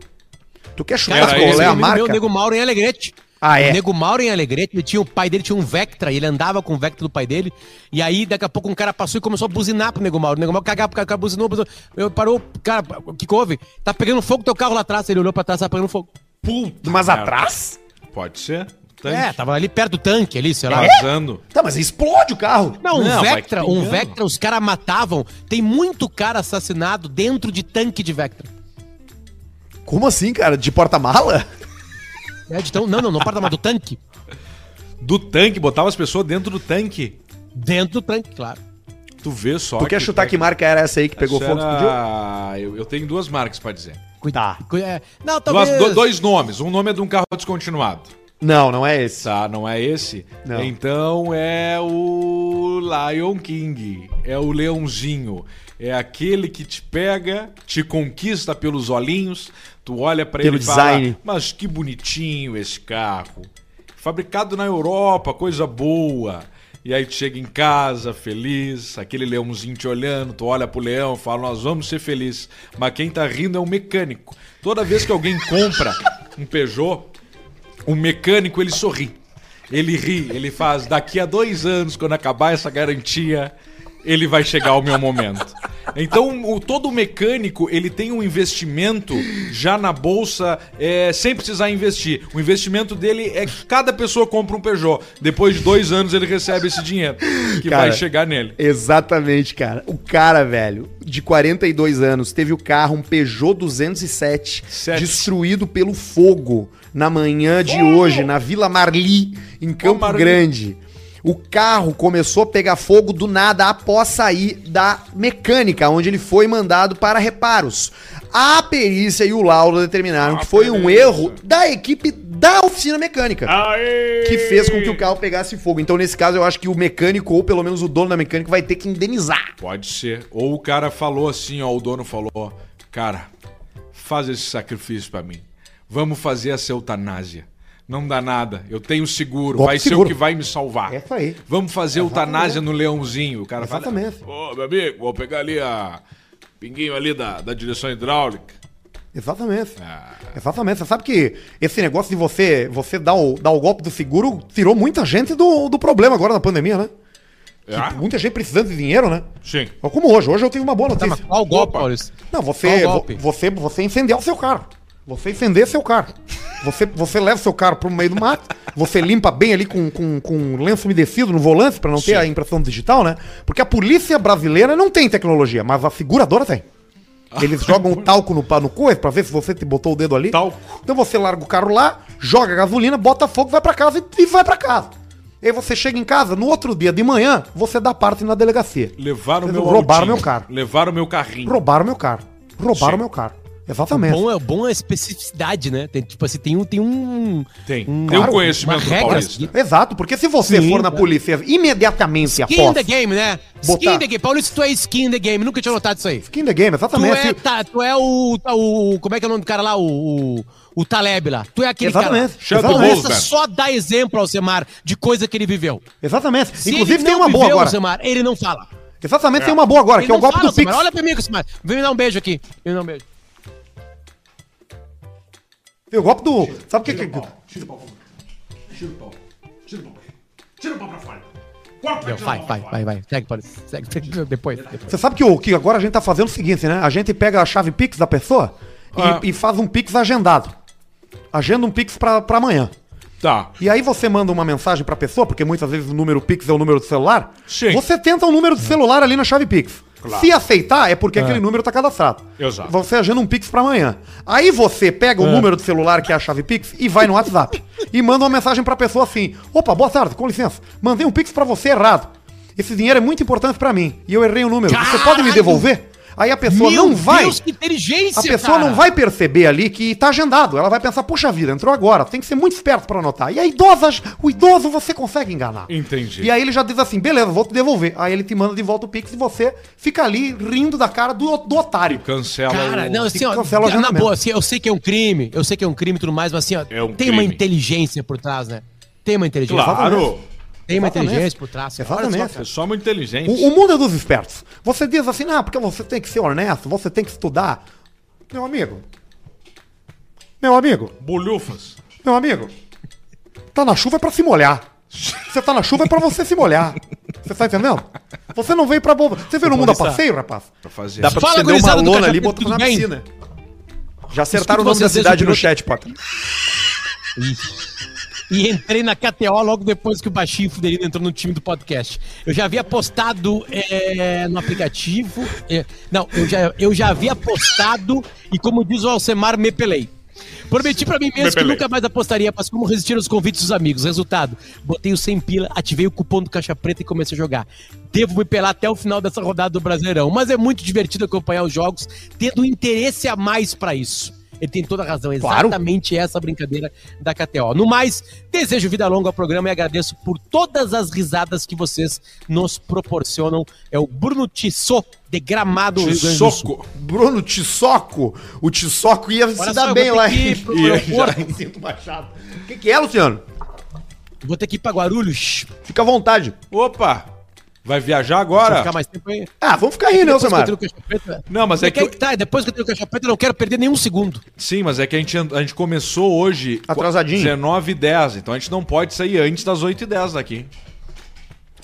S1: Tu quer chutar
S2: Cara,
S1: qual
S2: esse
S1: é a
S2: amigo
S1: marca?
S3: Meu nego Mauro em Alegrete.
S1: Ah, é?
S3: O Nego Mauro em Alegrete, ele tinha, o pai dele tinha um Vectra, e ele andava com o Vectra do pai dele, e aí daqui a pouco um cara passou e começou a buzinar pro Nego Mauro. O Nego Mauro cagava pro cara, o cara buzinou, buzinou. Eu, parou, cara, o que que houve? Tá pegando fogo teu carro lá atrás. Ele olhou pra trás, tá pegando fogo.
S1: Puta, mas atrás?
S2: Pode ser.
S3: É,
S2: Tanque
S3: tava ali perto do tanque ali, sei lá.
S2: vazando.
S1: Tá, mas explode o carro.
S3: Não, um
S2: Não, vai
S3: Vectra,
S2: que
S3: um
S2: pegando.
S3: Vectra, os caras matavam. Tem muito cara assassinado dentro de tanque de Vectra.
S1: Como assim, cara? De porta-mala?
S3: É, de tão- não, não, não para mais do tanque.
S2: Do tanque, botava as pessoas dentro do tanque.
S3: Dentro do tanque, claro.
S2: Tu vê só. é
S1: Tu quer chutar que
S2: marca
S1: marca era essa aí que pegou fogo? um e explodiu?
S2: Ah, eu, eu tenho duas marcas pra dizer.
S1: Tá.
S3: Cu- é, não,
S2: Duas-
S3: talvez...
S2: do- dois nomes. Um nome é de um carro descontinuado.
S1: Não, não é esse.
S2: Tá, não é esse?
S1: Não.
S2: Então é o Lion King. É o leãozinho. É aquele que te pega, te conquista pelos olhinhos. Tu olha pra
S1: Pelo
S2: ele e fala,
S1: design.
S2: mas que bonitinho esse carro. Fabricado na Europa, coisa boa. E aí tu chega em casa feliz, aquele leãozinho te olhando, tu olha pro leão, fala, nós vamos ser felizes. Mas quem tá rindo é o mecânico. Toda vez que alguém compra um Peugeot, o mecânico ele sorri. Ele ri, ele faz, daqui a dois anos, quando acabar essa garantia, ele vai chegar ao meu momento. Então, o, todo mecânico, ele tem um investimento já na bolsa, é, sem precisar investir. O investimento dele é que cada pessoa compra um Peugeot. Depois de dois anos, ele recebe esse dinheiro, que
S1: Cara,
S2: vai chegar nele.
S1: Exatamente, cara. O cara, velho, de 42 anos, teve o carro, um Peugeot 207,
S2: Sete.
S1: destruído pelo fogo na manhã de hoje, na Vila Marli, em Campo
S2: Marli.
S1: Grande. O carro começou a pegar fogo do nada após sair da mecânica, onde ele foi mandado para reparos. A perícia e o laudo determinaram que foi um erro da equipe da oficina mecânica que fez com que o carro pegasse fogo. Então, nesse caso, eu acho que o mecânico, ou pelo menos o dono da mecânica, vai ter que indenizar.
S2: Pode ser. Ou o cara falou assim, ó, o dono falou, ó, cara, faz esse sacrifício pra mim. Vamos fazer essa eutanásia. Não dá nada, eu tenho seguro,
S1: Golpe
S2: vai
S1: seguro.
S2: ser o que vai me salvar.
S1: É isso aí.
S2: Vamos fazer eutanásia no leãozinho. O cara
S1: Exatamente.
S2: fala, ô, meu amigo, vou pegar ali a pinguinho ali da, da direção hidráulica.
S1: Exatamente. Exatamente. Você sabe que esse negócio de você, você dar, o, dar o golpe do seguro tirou muita gente do, do problema agora na pandemia, né?
S2: Ah,
S1: Muita gente precisando de dinheiro, né?
S2: sim.
S1: Ó, Como hoje. Hoje eu tenho uma boa
S3: Tá, mas
S1: notícia.
S3: qual o golpe,
S2: Opa.
S3: Paulista?
S1: Não, você,
S2: um
S3: Qual
S1: vo-
S3: golpe?
S1: você, você incendiar o seu carro. Você incendeia seu carro. Você, você leva o seu carro pro meio do mato, você limpa bem ali com, com, com lenço umedecido no volante para não ter a impressão digital, né? Porque a polícia brasileira não tem tecnologia, mas a seguradora tem.
S2: Ah.
S1: Eles jogam o talco no, pa- no coisa pra ver se você te botou o dedo ali.
S2: Talco.
S1: Então você larga o carro lá, joga gasolina, bota fogo, vai pra casa e, e vai pra casa. Aí você chega em casa, no outro dia de manhã, você dá parte na delegacia.
S2: Levaram o
S1: Eles
S2: meu
S1: roubaram
S2: autinho.
S1: meu carro.
S2: Levaram meu carrinho.
S1: Roubaram meu carro. Roubaram meu carro. Exatamente.
S3: Bom é, bom é a especificidade, né? Tem, tipo assim, tem um. Tem um.
S2: Tem.
S3: um-
S2: Tem um
S3: uma
S2: conhecimento
S3: regra
S2: paulista.
S3: seguinte.
S1: Exato, porque se você
S3: Sim,
S1: for na
S3: né?
S1: polícia imediatamente após.
S3: Skin the game, né?
S1: Botar.
S3: Skin the game. Paulista, tu é skin the game. Nunca tinha notado isso aí.
S1: Skin the game,
S3: Tu
S1: exatamente.
S3: é, tá, tu é o, tá, o. Como é que é o nome do cara lá? O. o o Taleb lá. Tu é aquele
S1: Exatamente.
S3: cara.
S2: Shadow
S3: Exatamente. Paulista
S2: Wolf, né?
S3: só dá exemplo ao Semar de coisa que ele viveu.
S1: Exatamente.
S3: Se
S1: Inclusive
S3: ele
S1: tem
S3: não
S1: uma boa
S3: viveu,
S1: agora.
S3: Alcemar, ele não fala.
S1: Exatamente, tem uma boa agora,
S3: Ele
S1: que é o
S3: não
S1: golpe
S3: fala,
S1: do Pix.
S3: Alcemar. Olha pra mim, Alcemar. Vem me dar um beijo aqui. Vem me dar um beijo.
S1: Tem o golpe do. Sabe o que que.
S3: Meu, vai, vai, vai, vai. Segue, Paulista. Segue, segue depois. depois.
S1: Você sabe que, o, que agora a gente tá fazendo o seguinte, né? A gente pega a chave Pix da pessoa e,
S2: Ah.
S1: e faz um Pix agendado. Agenda um Pix pra, pra amanhã.
S2: Tá.
S1: E aí você manda uma mensagem pra pessoa, porque muitas vezes o número Pix é o número do celular.
S2: Sim.
S1: Você tenta o número do celular ali na chave Pix. Se aceitar, é porque aquele número tá cadastrado.
S2: Exato.
S1: Você agenda um Pix pra amanhã. Aí você pega o número do celular, que é a chave Pix, e vai no WhatsApp. e manda uma mensagem pra pessoa assim: opa, boa tarde, com licença. Mandei um Pix pra você errado. Esse dinheiro é muito importante pra mim. E eu errei o número. Você pode me
S3: Caralho!
S1: devolver? Aí a pessoa não vai.
S3: Deus, que inteligência,
S1: A pessoa
S3: cara.
S1: não vai perceber ali que tá agendado. Ela vai pensar, puxa vida, entrou agora, tem que ser muito esperto pra anotar. E a idosa, o idoso você consegue enganar.
S2: Entendi.
S1: E aí ele já diz assim, beleza, vou te devolver. Aí ele te manda de volta o Pix e você fica ali rindo da cara do, do otário.
S2: Cancela
S3: Cara,
S2: o...
S3: não, assim, ó,
S1: cancela o
S3: na
S1: agendamento.
S3: boa, assim, eu sei que é um crime, eu sei que é um crime e tudo mais, mas assim, ó,
S2: É um
S3: tem uma
S2: crime.
S3: inteligência por trás, né? Tem uma inteligência.
S2: Claro.
S3: Tem uma
S1: Exatamente.
S3: inteligência por trás. cara. Olha só,
S1: Exatamente.
S2: É só muito inteligente.
S1: O, o mundo é dos espertos. Você diz assim, ah, porque você tem que ser honesto, você tem que estudar. Meu amigo. Meu amigo.
S2: Bolhufas.
S1: Meu amigo. Tá na chuva é pra se molhar. Você tá na chuva é pra você se molhar. Você tá entendendo? Você não veio pra boba. Você veio no mundo a passeio, rapaz?
S2: Pra fazer.
S1: Dá pra
S3: Fala,
S1: você estender uma
S3: gurizada do
S1: lona ali e
S3: Cachapeta,
S1: botar na
S3: tudo bem?
S1: piscina. Já acertaram
S3: Escuto
S1: o nome da
S3: vocês desde
S1: cidade
S3: o
S1: no
S3: minuto-
S1: chat, Potter.
S3: E entrei na KTO logo depois que o Baixinho Fuderino entrou no time do podcast. Eu já havia postado é, no aplicativo. é, não, eu já, eu já havia postado e, como diz o Alcemar, me pelei. Prometi pra mim mesmo que nunca mais apostaria, mas como resistir aos convites dos amigos? Resultado: botei o 100 pila, ativei o cupom do Caixa Preta e comecei a jogar. Devo me pelar até o final dessa rodada do Brasileirão, mas é muito divertido acompanhar os jogos, tendo um interesse a mais pra isso. Ele tem toda a razão,
S1: Claro.
S3: exatamente essa brincadeira da KTO. No mais, desejo vida longa ao programa e agradeço por todas as risadas que vocês nos proporcionam. É o Bruno Tissot, de Gramado, Rio Grande do Sul.
S2: Soco.
S1: Bruno Tissoco. O Tissoco ia se
S3: Olha
S1: dar
S3: só, eu
S1: bem
S3: vou
S1: lá
S3: ter que ir
S1: em,
S3: pro aeroporto.
S1: *laughs* em Cinto Machado. O que, que é, Luciano?
S3: Vou ter que ir pra Guarulhos.
S1: Fica à vontade.
S2: Opa! Vai viajar
S3: Pra
S2: agora?
S3: ficar mais tempo aí.
S1: Ah, vamos ficar aí, né,
S3: Depois que eu
S1: Alcemar?
S3: tenho o caixa preta-
S2: Não, mas é que-
S3: aí Tá, depois que eu tenho o caixa preta, eu não quero perder nenhum segundo.
S2: Sim, mas é que a gente, a gente começou hoje.
S1: Atrasadinho.
S2: 19 h 10 então a gente não pode sair antes das 8 h 10 daqui.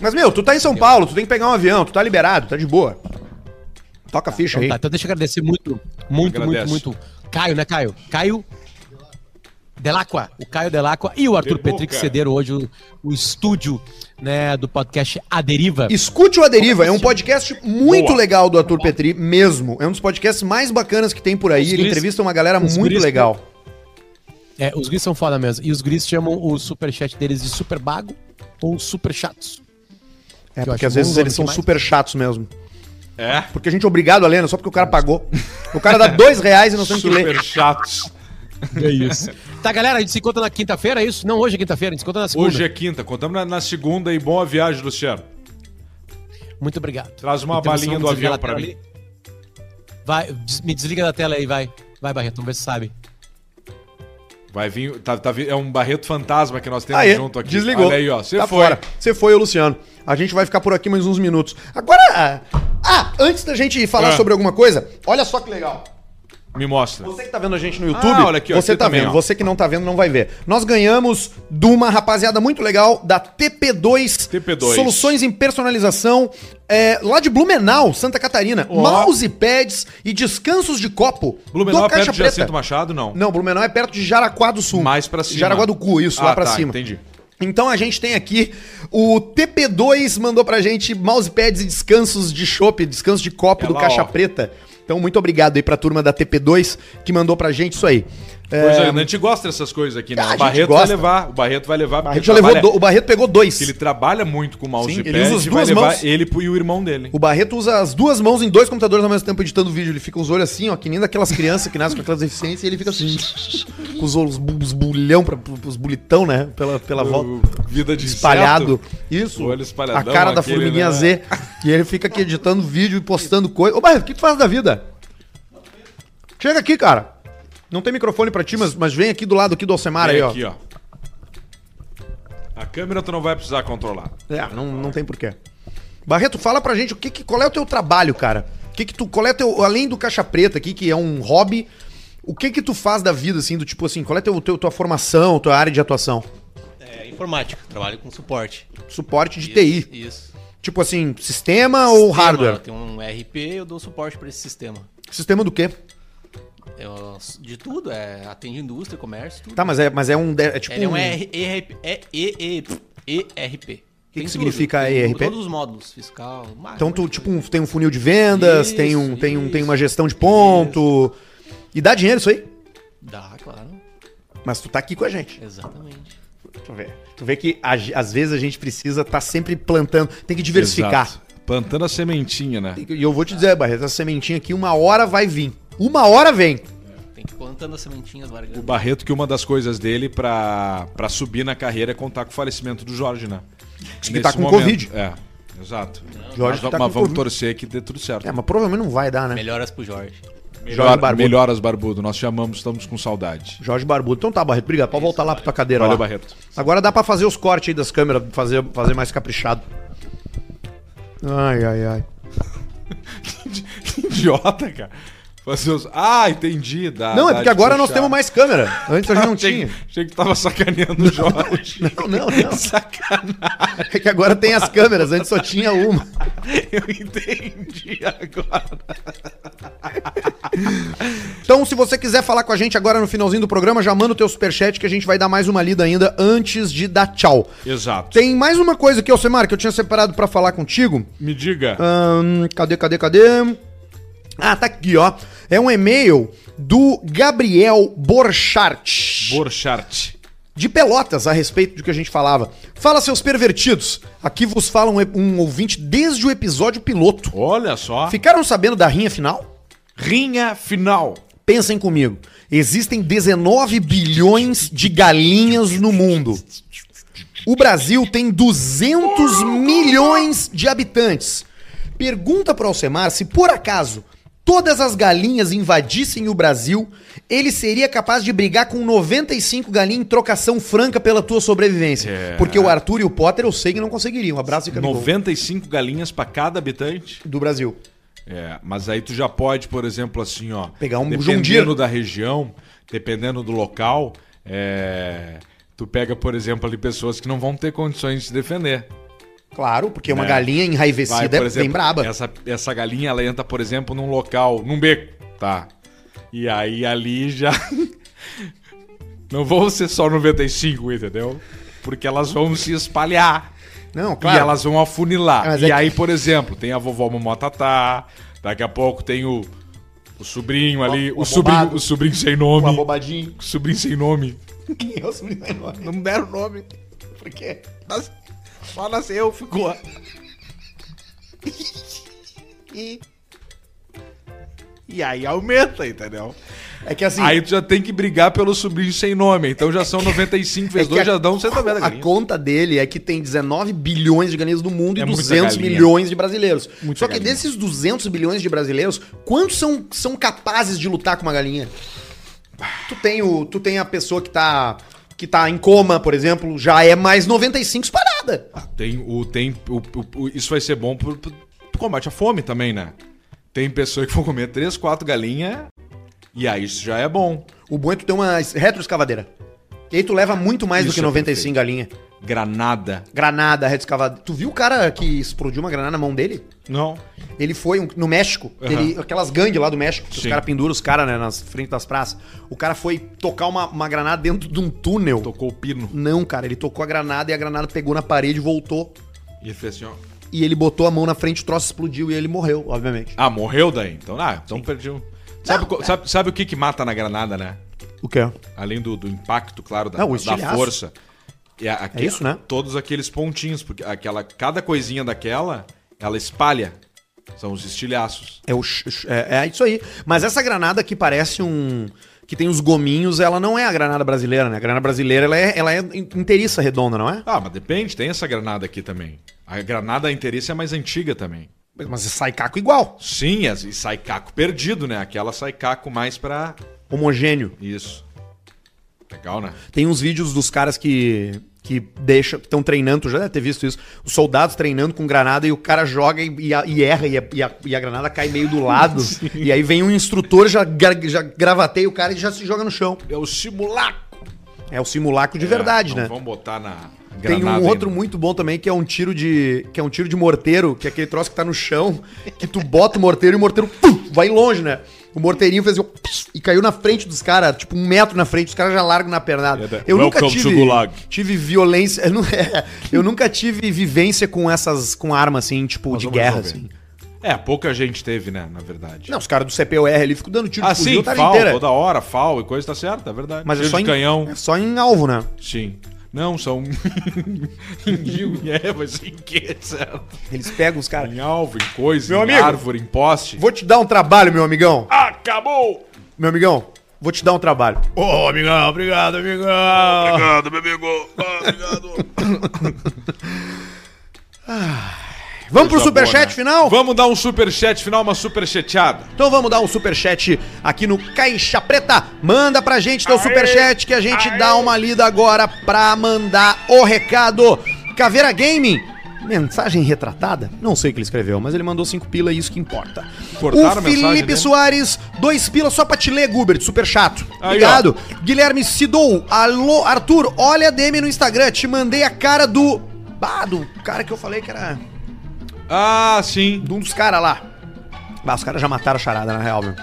S1: Mas, meu, tu tá em São Paulo, tu tem que pegar um avião, tu tá liberado, tá de boa. Toca a ficha
S3: Então,
S1: aí.
S3: tá, então deixa eu agradecer muito, muito,
S2: Agradece.
S3: muito, muito. Caio, né, Caio? Caio Delacqua, o Caio Delacqua e o Arthur
S2: Deboca.
S3: Petri que cederam hoje o, o estúdio né, do podcast A Deriva.
S1: Escute o A Deriva, é um podcast muito legal do Arthur Petri, mesmo. É um dos podcasts mais bacanas que tem por aí. Ele
S3: guris-
S1: entrevista uma galera
S3: os
S1: muito
S3: guris-
S1: legal.
S3: É, os gris são foda mesmo. E os gris chamam o superchat deles de super bago ou super chatos.
S1: É,
S3: Eu
S1: porque
S3: acho
S1: às vezes
S3: bom
S1: eles são
S3: demais.
S1: super chatos mesmo.
S2: É?
S1: Porque a gente é obrigado a ler, né? só porque o cara pagou. O cara dá dois reais e nós temos que ler.
S2: Super chatos.
S3: É isso. *laughs* tá, galera, a gente se encontra na quinta-feira, é isso? Não, hoje é quinta-feira, a gente se encontra na segunda.
S2: Hoje é quinta, contamos na, na segunda e boa viagem, Luciano.
S3: Muito obrigado.
S2: Traz uma
S3: Então,
S2: balinha
S3: vamos
S2: do avião
S3: desligar a
S2: pra
S3: tela
S2: mim.
S3: ali. Vai, des- me desliga da tela aí, vai. Vai, Barreto, vamos ver se sabe.
S2: Vai vir. tá- tá vi- é um barreto fantasma que nós temos
S1: Aí,
S2: junto aqui.
S1: desligou.
S2: Olha aí, ó. Você
S1: tá
S2: foi.
S1: fora. Você foi, o Luciano. A gente vai ficar por aqui mais uns minutos. Agora, ah, antes da gente falar
S2: Ah.
S1: sobre alguma coisa, olha só que legal.
S2: Me mostra.
S1: Você que tá vendo a gente no YouTube,
S2: Ah, olha aqui, ó,
S1: você
S2: aqui
S1: tá
S2: também,
S1: vendo.
S2: ó.
S1: Você que não tá vendo, não vai ver. Nós ganhamos de uma rapaziada muito legal da TP2.
S2: TP2.
S1: Soluções em personalização. é, lá de Blumenau, Santa Catarina.
S2: Ó.
S1: Mousepads e descansos de copo
S2: Blumenau é
S1: do
S2: perto
S1: Caixa
S2: de
S1: Preta.
S2: Jacinto Machado? Não.
S1: Não, Blumenau é perto de Jaraguá do Sul.
S2: Mais pra cima.
S1: Jaraguá do Cu, isso,
S2: Ah,
S1: lá pra
S2: tá,
S1: cima.
S2: entendi.
S1: Então a gente tem aqui o TP2 mandou pra gente mousepads e descansos de chopp, descanso de copo
S2: É
S1: do
S2: lá,
S1: Caixa
S2: ó.
S1: Preta. Então muito obrigado aí pra turma da TP2 que mandou pra gente isso aí.
S2: Pois é, a gente gosta dessas coisas aqui, né?
S1: Ah, a
S2: o
S1: gente
S2: Barreto vai
S1: gosta.
S2: levar. O Barreto vai levar.
S1: A
S2: porque tá
S1: gente já levou
S2: trabalha-
S1: do- o Barreto pegou dois.
S2: Ele trabalha muito com o mouse
S1: Sim,
S2: e
S1: ele
S2: pad
S1: usa as
S2: e vai
S1: duas
S2: levar
S1: mãos.
S2: ele e o irmão dele.
S1: O Barreto usa as duas mãos em dois computadores ao mesmo tempo editando vídeo. Ele fica com os olhos assim, ó, que nem daquelas crianças que nascem com aquelas deficiências e ele
S2: *laughs*
S1: fica assim, com os olhos, bu- os bulhão, pra, os bulitão, né? Pela, pela volta.
S2: Vida de
S1: espalhado.
S2: inseto.
S1: Isso.
S2: O olho espalhadão,
S1: a cara da
S2: aquele,
S1: formiguinha
S2: né?
S1: Z. E ele fica aqui editando vídeo e postando coisa. Ô, Barreto, o que tu faz da vida? Chega aqui, cara. Não tem microfone pra ti, mas, mas vem aqui do lado aqui do Alcemar
S2: Vem
S1: aí, ó.
S2: aqui, ó. A câmera tu não vai precisar controlar.
S1: É, não, não tem porquê. Barreto, fala pra gente o que, que- qual é o teu trabalho, cara? O que, que tu, qual é teu, além do caixa preta aqui, que é um hobby, o que que tu faz da vida, assim, do tipo assim, qual é teu, teu tua formação, tua área de atuação?
S8: É informática, trabalho com suporte.
S1: Suporte de
S8: Isso,
S1: TI.
S8: Isso.
S1: Tipo assim, sistema, ou
S8: Sistema,
S1: hardware?
S8: Tem um RP, eu dou suporte para esse sistema.
S1: Sistema do quê?
S8: Eu, de tudo, é, atende indústria, comércio, tudo.
S1: Tá, mas é, mas é um. de- É tipo
S8: Ele é um
S1: um-
S8: R- ERP. É EE ERP.
S1: que
S8: Tem
S1: significa
S8: tudo, tem
S1: ERP?
S8: Todos os módulos, fiscal, mais,
S1: Então
S8: um
S1: tu
S8: monte de
S1: tipo
S8: coisa.
S1: um- tem um funil de vendas,
S8: Isso,
S1: tem um tem um tem uma
S8: isso,
S1: gestão de ponto. E dá dinheiro isso aí?
S8: Dá, claro.
S1: Mas tu tá aqui com a gente.
S8: Exatamente.
S1: Tu vê, tu vê que a ge- às vezes a gente precisa estar sempre plantando, tem que diversificar.
S2: Exato. Plantando a sementinha, né?
S1: Tem que- E eu vou te dizer, Barreto, essa sementinha aqui uma hora vai vir. Uma hora vem.
S8: Tem que ir plantando as sementinhas,
S2: O
S8: largando.
S2: Barreto que uma das coisas dele pra, pra subir na carreira é contar com o falecimento do Jorge, né?
S1: que tá
S2: Nesse
S1: com Covid.
S2: É, exato. mas
S1: Jorge que tá
S2: mas
S1: com
S2: vamos
S1: Covid.
S2: torcer que dê tudo certo.
S1: É, mas provavelmente não vai dar, né?
S8: Melhoras pro Jorge.
S1: Jorge
S2: Melhor,
S1: Barbudo.
S2: melhoras, Barbudo. Nós chamamos, estamos com saudade.
S1: Jorge Barbudo. Então tá, Barreto, obrigado. Pode voltar lá pra tua cadeira
S2: Valeu,
S1: lá.
S2: Barreto.
S1: Agora dá pra fazer os cortes aí das câmeras, fazer, fazer mais caprichado. Ai, ai, ai.
S2: que *laughs* idiota, cara. Fazer os... Ah, entendi. dá-
S1: não, é
S2: dá de
S1: porque agora nós
S2: puxar.
S1: temos mais câmera. Antes a
S2: *laughs*
S1: gente não
S2: Achei-
S1: tinha.
S2: Achei que tava sacaneando o Jorge.
S1: Não, não, não. Sacanagem. *laughs* É que agora tem as câmeras, antes só tinha uma.
S2: Eu entendi agora.
S1: Então, se você quiser falar com a gente agora no finalzinho do programa, já manda o teu superchat que a gente vai dar mais uma lida ainda antes de dar tchau.
S2: Exato.
S1: Tem mais uma coisa aqui, Alcemar, que eu tinha separado pra falar contigo.
S2: Me diga.
S1: Ah. Ahn, cadê, cadê, cadê? Ah, tá aqui, ó. É um e-mail do Gabriel Borchardt.
S2: Borchardt.
S1: de Pelotas a respeito do que a gente falava. Fala, seus pervertidos. Aqui vos fala um, e- um ouvinte desde o episódio piloto.
S2: Olha só.
S1: Ficaram sabendo da rinha final?
S2: Rinha final.
S1: Pensem comigo. Existem 19 bilhões de galinhas no mundo. O Brasil tem 200 milhões de habitantes. Pergunta para Alcemar se por acaso todas as galinhas invadissem o Brasil, ele seria capaz de brigar com 95 galinhas em trocação franca pela tua sobrevivência.
S2: É.
S1: Porque o Arthur e o Potter eu sei que não conseguiriam. Um abraço e Camigol.
S2: 95 galinhas pra cada habitante.
S1: do Brasil.
S2: É, mas aí tu já pode, por exemplo, assim, ó.
S1: Pegar um Jundir.
S2: Dependendo da região, dependendo do local, é, tu pega, por exemplo, ali pessoas que não vão ter condições de se defender.
S1: Claro, porque uma
S2: É.
S1: galinha
S2: Vai,
S1: enraivecida
S2: por
S1: é bem
S2: exemplo,
S1: braba.
S2: Essa, essa galinha, ela entra, por exemplo, num local, num beco, tá? E aí ali já... *laughs* não vão ser só 95, entendeu? Porque elas vão se espalhar.
S1: Não,
S2: E elas vão afunilar.
S1: Mas
S2: e
S1: é que-
S2: aí, por exemplo, tem a vovó Momotatá, daqui a pouco tem o, o sobrinho ali, o,
S1: o
S2: sobrinho,
S1: abobado.
S2: o sobrinho sem
S1: Uma
S2: nome,
S1: bobadinha.
S2: o sobrinho sem nome.
S5: Não deram nome.
S1: Por quê?
S5: Nas- Só
S1: assim,
S5: nasceu, ficou. e... e aí aumenta, entendeu?
S1: É que assim.
S2: Aí tu já tem que brigar pelo sobrinho sem nome. Então já são 95
S1: É
S2: vezes
S1: que
S2: 2,
S1: a-
S2: já dão 190
S1: A
S2: galinhas.
S1: conta dele é que tem 19 bilhões de galinhas no mundo
S2: É
S1: e
S2: muita
S1: 200
S2: galinha.
S1: milhões de brasileiros.
S2: Muita
S1: Só que
S2: galinha.
S1: desses 200 bilhões de brasileiros, quantos são, são capazes de lutar com uma galinha? Tu tem, o, tu tem a pessoa que tá, que tá em coma, por exemplo, já é mais 95 parada.
S2: Tem o, tem o, o- o- isso vai ser bom pro, pro pro combate à fome também, né? Tem pessoas que vão comer 3, 4 galinhas e aí isso já é bom.
S1: O bom é tu ter uma retroescavadeira. E aí tu leva muito mais do
S2: Isso
S1: que
S2: é
S1: 95 galinha.
S2: Granada.
S1: Granada, retroescavadeira. Tu viu o cara que explodiu uma granada na mão dele?
S2: Não.
S1: Ele foi um- no México,
S2: Aham.
S1: ele- aquelas gangues lá do México, que os
S2: Sim.
S1: caras penduram os caras né, nas frente das praças. O cara foi tocar uma, uma granada dentro de um túnel.
S2: Tocou o pino.
S1: Não, cara, ele tocou a granada e a granada pegou na parede, voltou.
S2: E ele fez assim, ó.
S1: E ele botou a mão na frente, o troço explodiu e ele morreu, obviamente.
S2: Ah, morreu daí? Então, ah, então perdi um. Sabe, co- sabe, sabe o que, que mata na granada, né?
S1: O quê?
S2: Além do, do impacto, claro, da,
S1: Não, o
S2: da
S1: estilhaço.
S2: força. É, a- aque-
S1: É isso, né?
S2: Todos aqueles pontinhos, porque aquela, cada coisinha daquela, ela espalha. São os estilhaços.
S1: É, o ch- ch- é- é isso aí. Mas essa granada que parece um. que tem os gominhos, ela não é a granada brasileira, né? A granada brasileira ela é, ela é in- inteiriça redonda, não é?
S2: Ah, mas depende, tem essa granada aqui também. A granada interesse é mais antiga também.
S1: Mas sai caco igual.
S2: Sim, as- e sai caco perdido, né? Aquela sai caco mais pra.
S1: Homogêneo.
S2: Isso. Legal, né?
S1: Tem uns vídeos dos caras que que deixa, que estão treinando, tu já deve ter visto isso, os soldados treinando com granada e o cara joga e, e a- e erra e a, e a- e a granada cai meio
S2: *laughs*
S1: do lado. e aí vem um instrutor, já, gra- já gravateia o cara e já se joga no chão.
S2: É o simulaco.
S1: É o simulacro de verdade,
S2: É,
S1: né?
S2: Não vamos botar na
S1: Tem um
S2: aí,
S1: outro
S2: né?
S1: muito bom também que é um tiro de que é um tiro de morteiro, que é aquele troço que tá no chão, que tu bota o morteiro e o morteiro pum, vai longe, né? O morteirinho fez o pss, e caiu na frente dos caras, tipo um metro na frente, os caras já largam na pernada.
S2: É, da-
S1: Eu nunca
S2: Welcome to
S1: tive,
S2: Gulag.
S1: tive violência, eu, nu- *laughs* é, eu nunca tive vivência com essas com arma assim, tipo
S2: Nós
S1: de
S2: vamos
S1: guerra assim.
S2: resolver. É, pouca gente teve, né, na verdade.
S1: Não, os caras do CPUR ali ficam dando tiro
S2: Ah,
S1: de fuzil
S2: sim,
S1: a tarde
S2: fal,
S1: inteira.
S2: toda hora, fal e coisa, tá certo, é verdade.
S1: Mas é
S2: Tiro
S1: só,
S2: de
S1: em,
S2: canhão,
S1: é só em alvo, né?
S2: sim. Não, são... *laughs* Digo, é, mas em que, certo?
S1: Eles pegam os caras.
S2: Em alvo, em coisa,
S1: Meu
S2: em
S1: amigo.
S2: árvore, em poste.
S1: Vou te dar um trabalho, meu amigão.
S2: Acabou!
S1: Meu amigão, vou te dar um trabalho.
S5: Ô, amigão, obrigado, amigão.
S2: Obrigado, meu amigo.
S1: *laughs*
S2: Obrigado.
S1: Vamos pro
S2: Coisa boa,
S1: superchat
S2: né?
S1: final?
S2: Vamos dar um superchat final, uma superchateada.
S1: Então vamos dar um superchat aqui no Caixa Preta. Manda pra gente teu superchat que a gente dá uma lida agora pra mandar o recado. Caveira Gaming Mensagem retratada? Não sei o que ele escreveu, mas ele mandou cinco pila e isso que importa.
S2: Cortaram a
S1: o
S2: mensagem
S1: Felipe
S2: dele?
S1: Soares, dois pila só pra te ler, Gubert, super chato.
S2: Aí,
S1: Obrigado. Guilherme Sidou, alô, Arthur, olha a DM no Instagram, te mandei a cara do... Ah, do cara que eu falei que era...
S2: Ah, sim.
S1: De um dos caras lá. Ah, os caras já mataram a charada, na real, meu.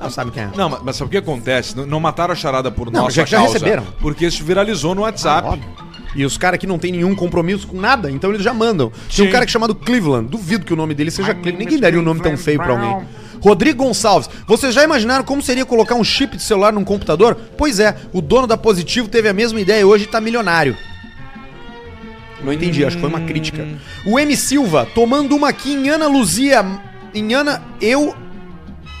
S1: Não sabe quem é.
S2: Não, mas, mas sabe o que acontece? Não, não mataram a charada por
S1: Não,
S2: nossa
S1: já- já
S2: causa,
S1: receberam.
S2: Porque isso viralizou no
S1: Ah,
S2: WhatsApp.
S1: óbvio. E os caras que não tem nenhum compromisso com nada, então eles já mandam. Tinha
S2: Sim.
S1: um cara que é chamado Cleveland, duvido que o nome dele seja Cleveland. Ninguém daria um nome tão feio pra alguém. Rodrigo Gonçalves, vocês já imaginaram como seria colocar um chip de celular num computador? Pois é, o dono da Positivo teve a mesma ideia e hoje tá milionário. Não entendi, acho que foi uma crítica.
S2: Hum.
S1: O M Silva, tomando uma aqui em Ana Luzia. Em Ana, eu.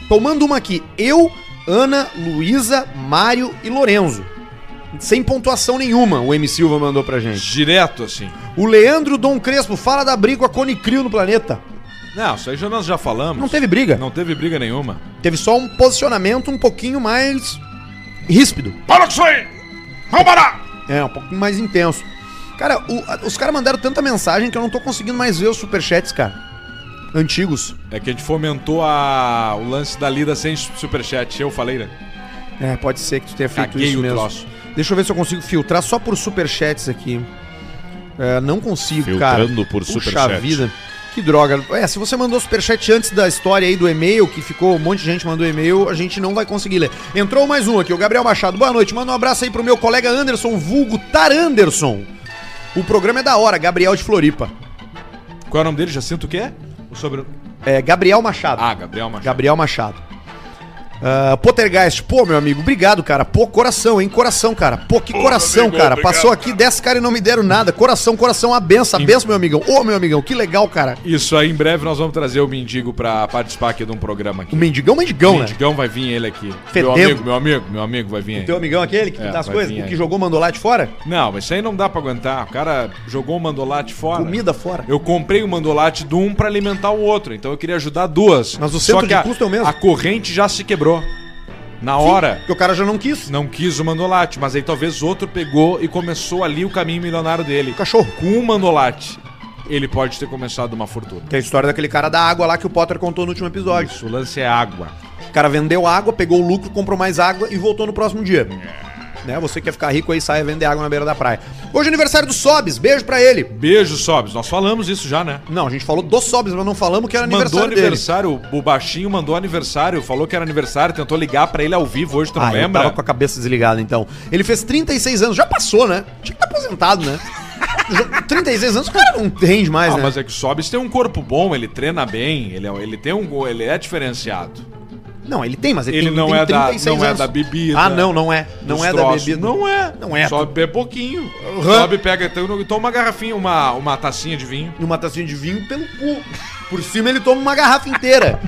S1: Tomando uma aqui, eu, Ana, Luísa, Mário e Lorenzo. Sem pontuação nenhuma, o M Silva mandou pra gente.
S2: Direto, assim.
S1: O Leandro Dom Crespo fala da briga com a Cone Crew no planeta.
S2: Não, isso aí já nós já falamos.
S1: Não teve briga.
S2: Não teve briga nenhuma.
S1: Teve só um posicionamento um pouquinho mais ríspido.
S2: Para com isso aí! Vamos parar!
S1: É, um pouquinho mais intenso. Cara, o- a- os caras mandaram tanta mensagem que eu não tô conseguindo mais ver os superchats, cara. Antigos.
S2: É que a gente fomentou a... o lance da lida sem superchat. Eu falei, né?
S1: É, pode ser que tu tenha feito
S2: Caguei
S1: isso
S2: o
S1: mesmo.
S2: troço.
S1: Deixa eu ver se eu consigo filtrar só por superchats aqui. É, não consigo, cara.
S2: Filtrando por
S1: Puxa
S2: superchat.
S1: vida. Que droga. É, se você mandou superchat antes da história aí do e-mail, que ficou um monte de gente mandou e-mail, a gente não vai conseguir ler. Entrou mais um aqui, o Gabriel Machado. Boa noite. Manda um abraço aí pro meu colega Anderson, vulgo Tar Anderson. O programa é da hora, Gabriel de Floripa.
S2: Qual é o nome dele? Jacinto o quê? O sobre...
S1: É, Gabriel Machado.
S2: Ah, Gabriel Machado.
S1: Gabriel Machado. Ah, Pottergeist, pô, meu amigo, obrigado, cara. Pô, coração, hein? Coração, cara. Pô, que coração, cara. Passou aqui 10 caras e não me deram nada. Coração, coração, a benção, a benção, meu amigão. Ô, meu amigão, que legal, cara.
S2: Isso aí, em breve nós vamos trazer o Mendigo pra participar aqui de um programa aqui.
S1: O mendigão, mendigão,
S2: o
S1: né?
S2: Mendigão vai vir ele aqui. Meu
S1: Fedendo.
S2: amigo, meu amigo, meu amigo vai vir aí.
S1: Teu amigão aquele que
S2: É,
S1: dá as
S2: vai
S1: coisas,
S2: vir
S1: o que
S2: aí.
S1: jogou mandou lá de fora?
S2: Não, mas isso aí não dá pra aguentar. O cara jogou o mandolate fora.
S1: Comida fora.
S2: Eu comprei o mandolate de um pra alimentar o outro, então eu queria ajudar duas.
S1: Mas o
S2: Só
S1: centro
S2: que
S1: de
S2: a-
S1: custo é o mesmo?
S2: A corrente já se quebrou. Na hora,
S1: Porque o cara já não quis.
S2: não quis o mandolate, mas aí talvez outro pegou e começou ali o caminho milionário dele.
S1: O cachorro.
S2: Com um mandolate, ele pode ter começado uma fortuna.
S1: Que é a história daquele cara da água lá que o Potter contou no último episódio.
S2: Isso, o lance é água.
S1: O cara vendeu água, pegou o lucro, comprou mais água e voltou no próximo dia. Né? Você quer ficar rico aí, saia vender água na beira da praia. Hoje é aniversário do Sobes, beijo pra ele.
S2: Beijo, Sobs. Nós falamos isso já, né?
S1: Não, a gente falou do Sobs, mas não falamos que era
S2: Mandou
S1: aniversário,
S2: aniversário, o baixinho mandou aniversário, falou que era aniversário, tentou ligar pra ele ao vivo hoje, tu
S1: dele.
S2: não
S1: Ah, eu
S2: lembra?
S1: tava com a cabeça desligada, então. Ele fez 36 anos, já passou, né? Tinha que estar
S2: *laughs*
S1: aposentado, né? Já- 36 anos, o cara não rende mais,
S2: Ah,
S1: né?
S2: mas é que o Sobs tem um corpo bom, ele treina bem, ele, é- ele tem um go- ele é diferenciado.
S1: Não, ele tem, mas ele,
S2: Ele
S1: tem,
S2: não
S1: tem
S2: é da- não é da bebida.
S1: Ah, não, não é. Não
S2: Dos
S1: é da
S2: troços.
S1: bebida.
S2: Não é.
S1: Não é.
S2: Sobe é pouquinho. Sobe, pega, tem- um, toma uma garrafinha, uma, uma tacinha de vinho.
S1: Uma tacinha de vinho pelo cu. Por cima ele toma uma
S2: *laughs*
S1: garrafa inteira.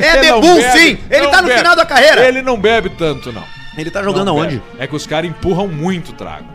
S1: é
S2: Ele não
S1: bebum,
S2: bebe,
S1: sim! Ele
S2: não
S1: tá no
S2: bebe.
S1: final da carreira!
S2: Ele não é bebe tanto, não.
S1: Ele tá jogando
S2: Não
S1: aonde?
S2: bebe. É que os caras empurram muito o trago.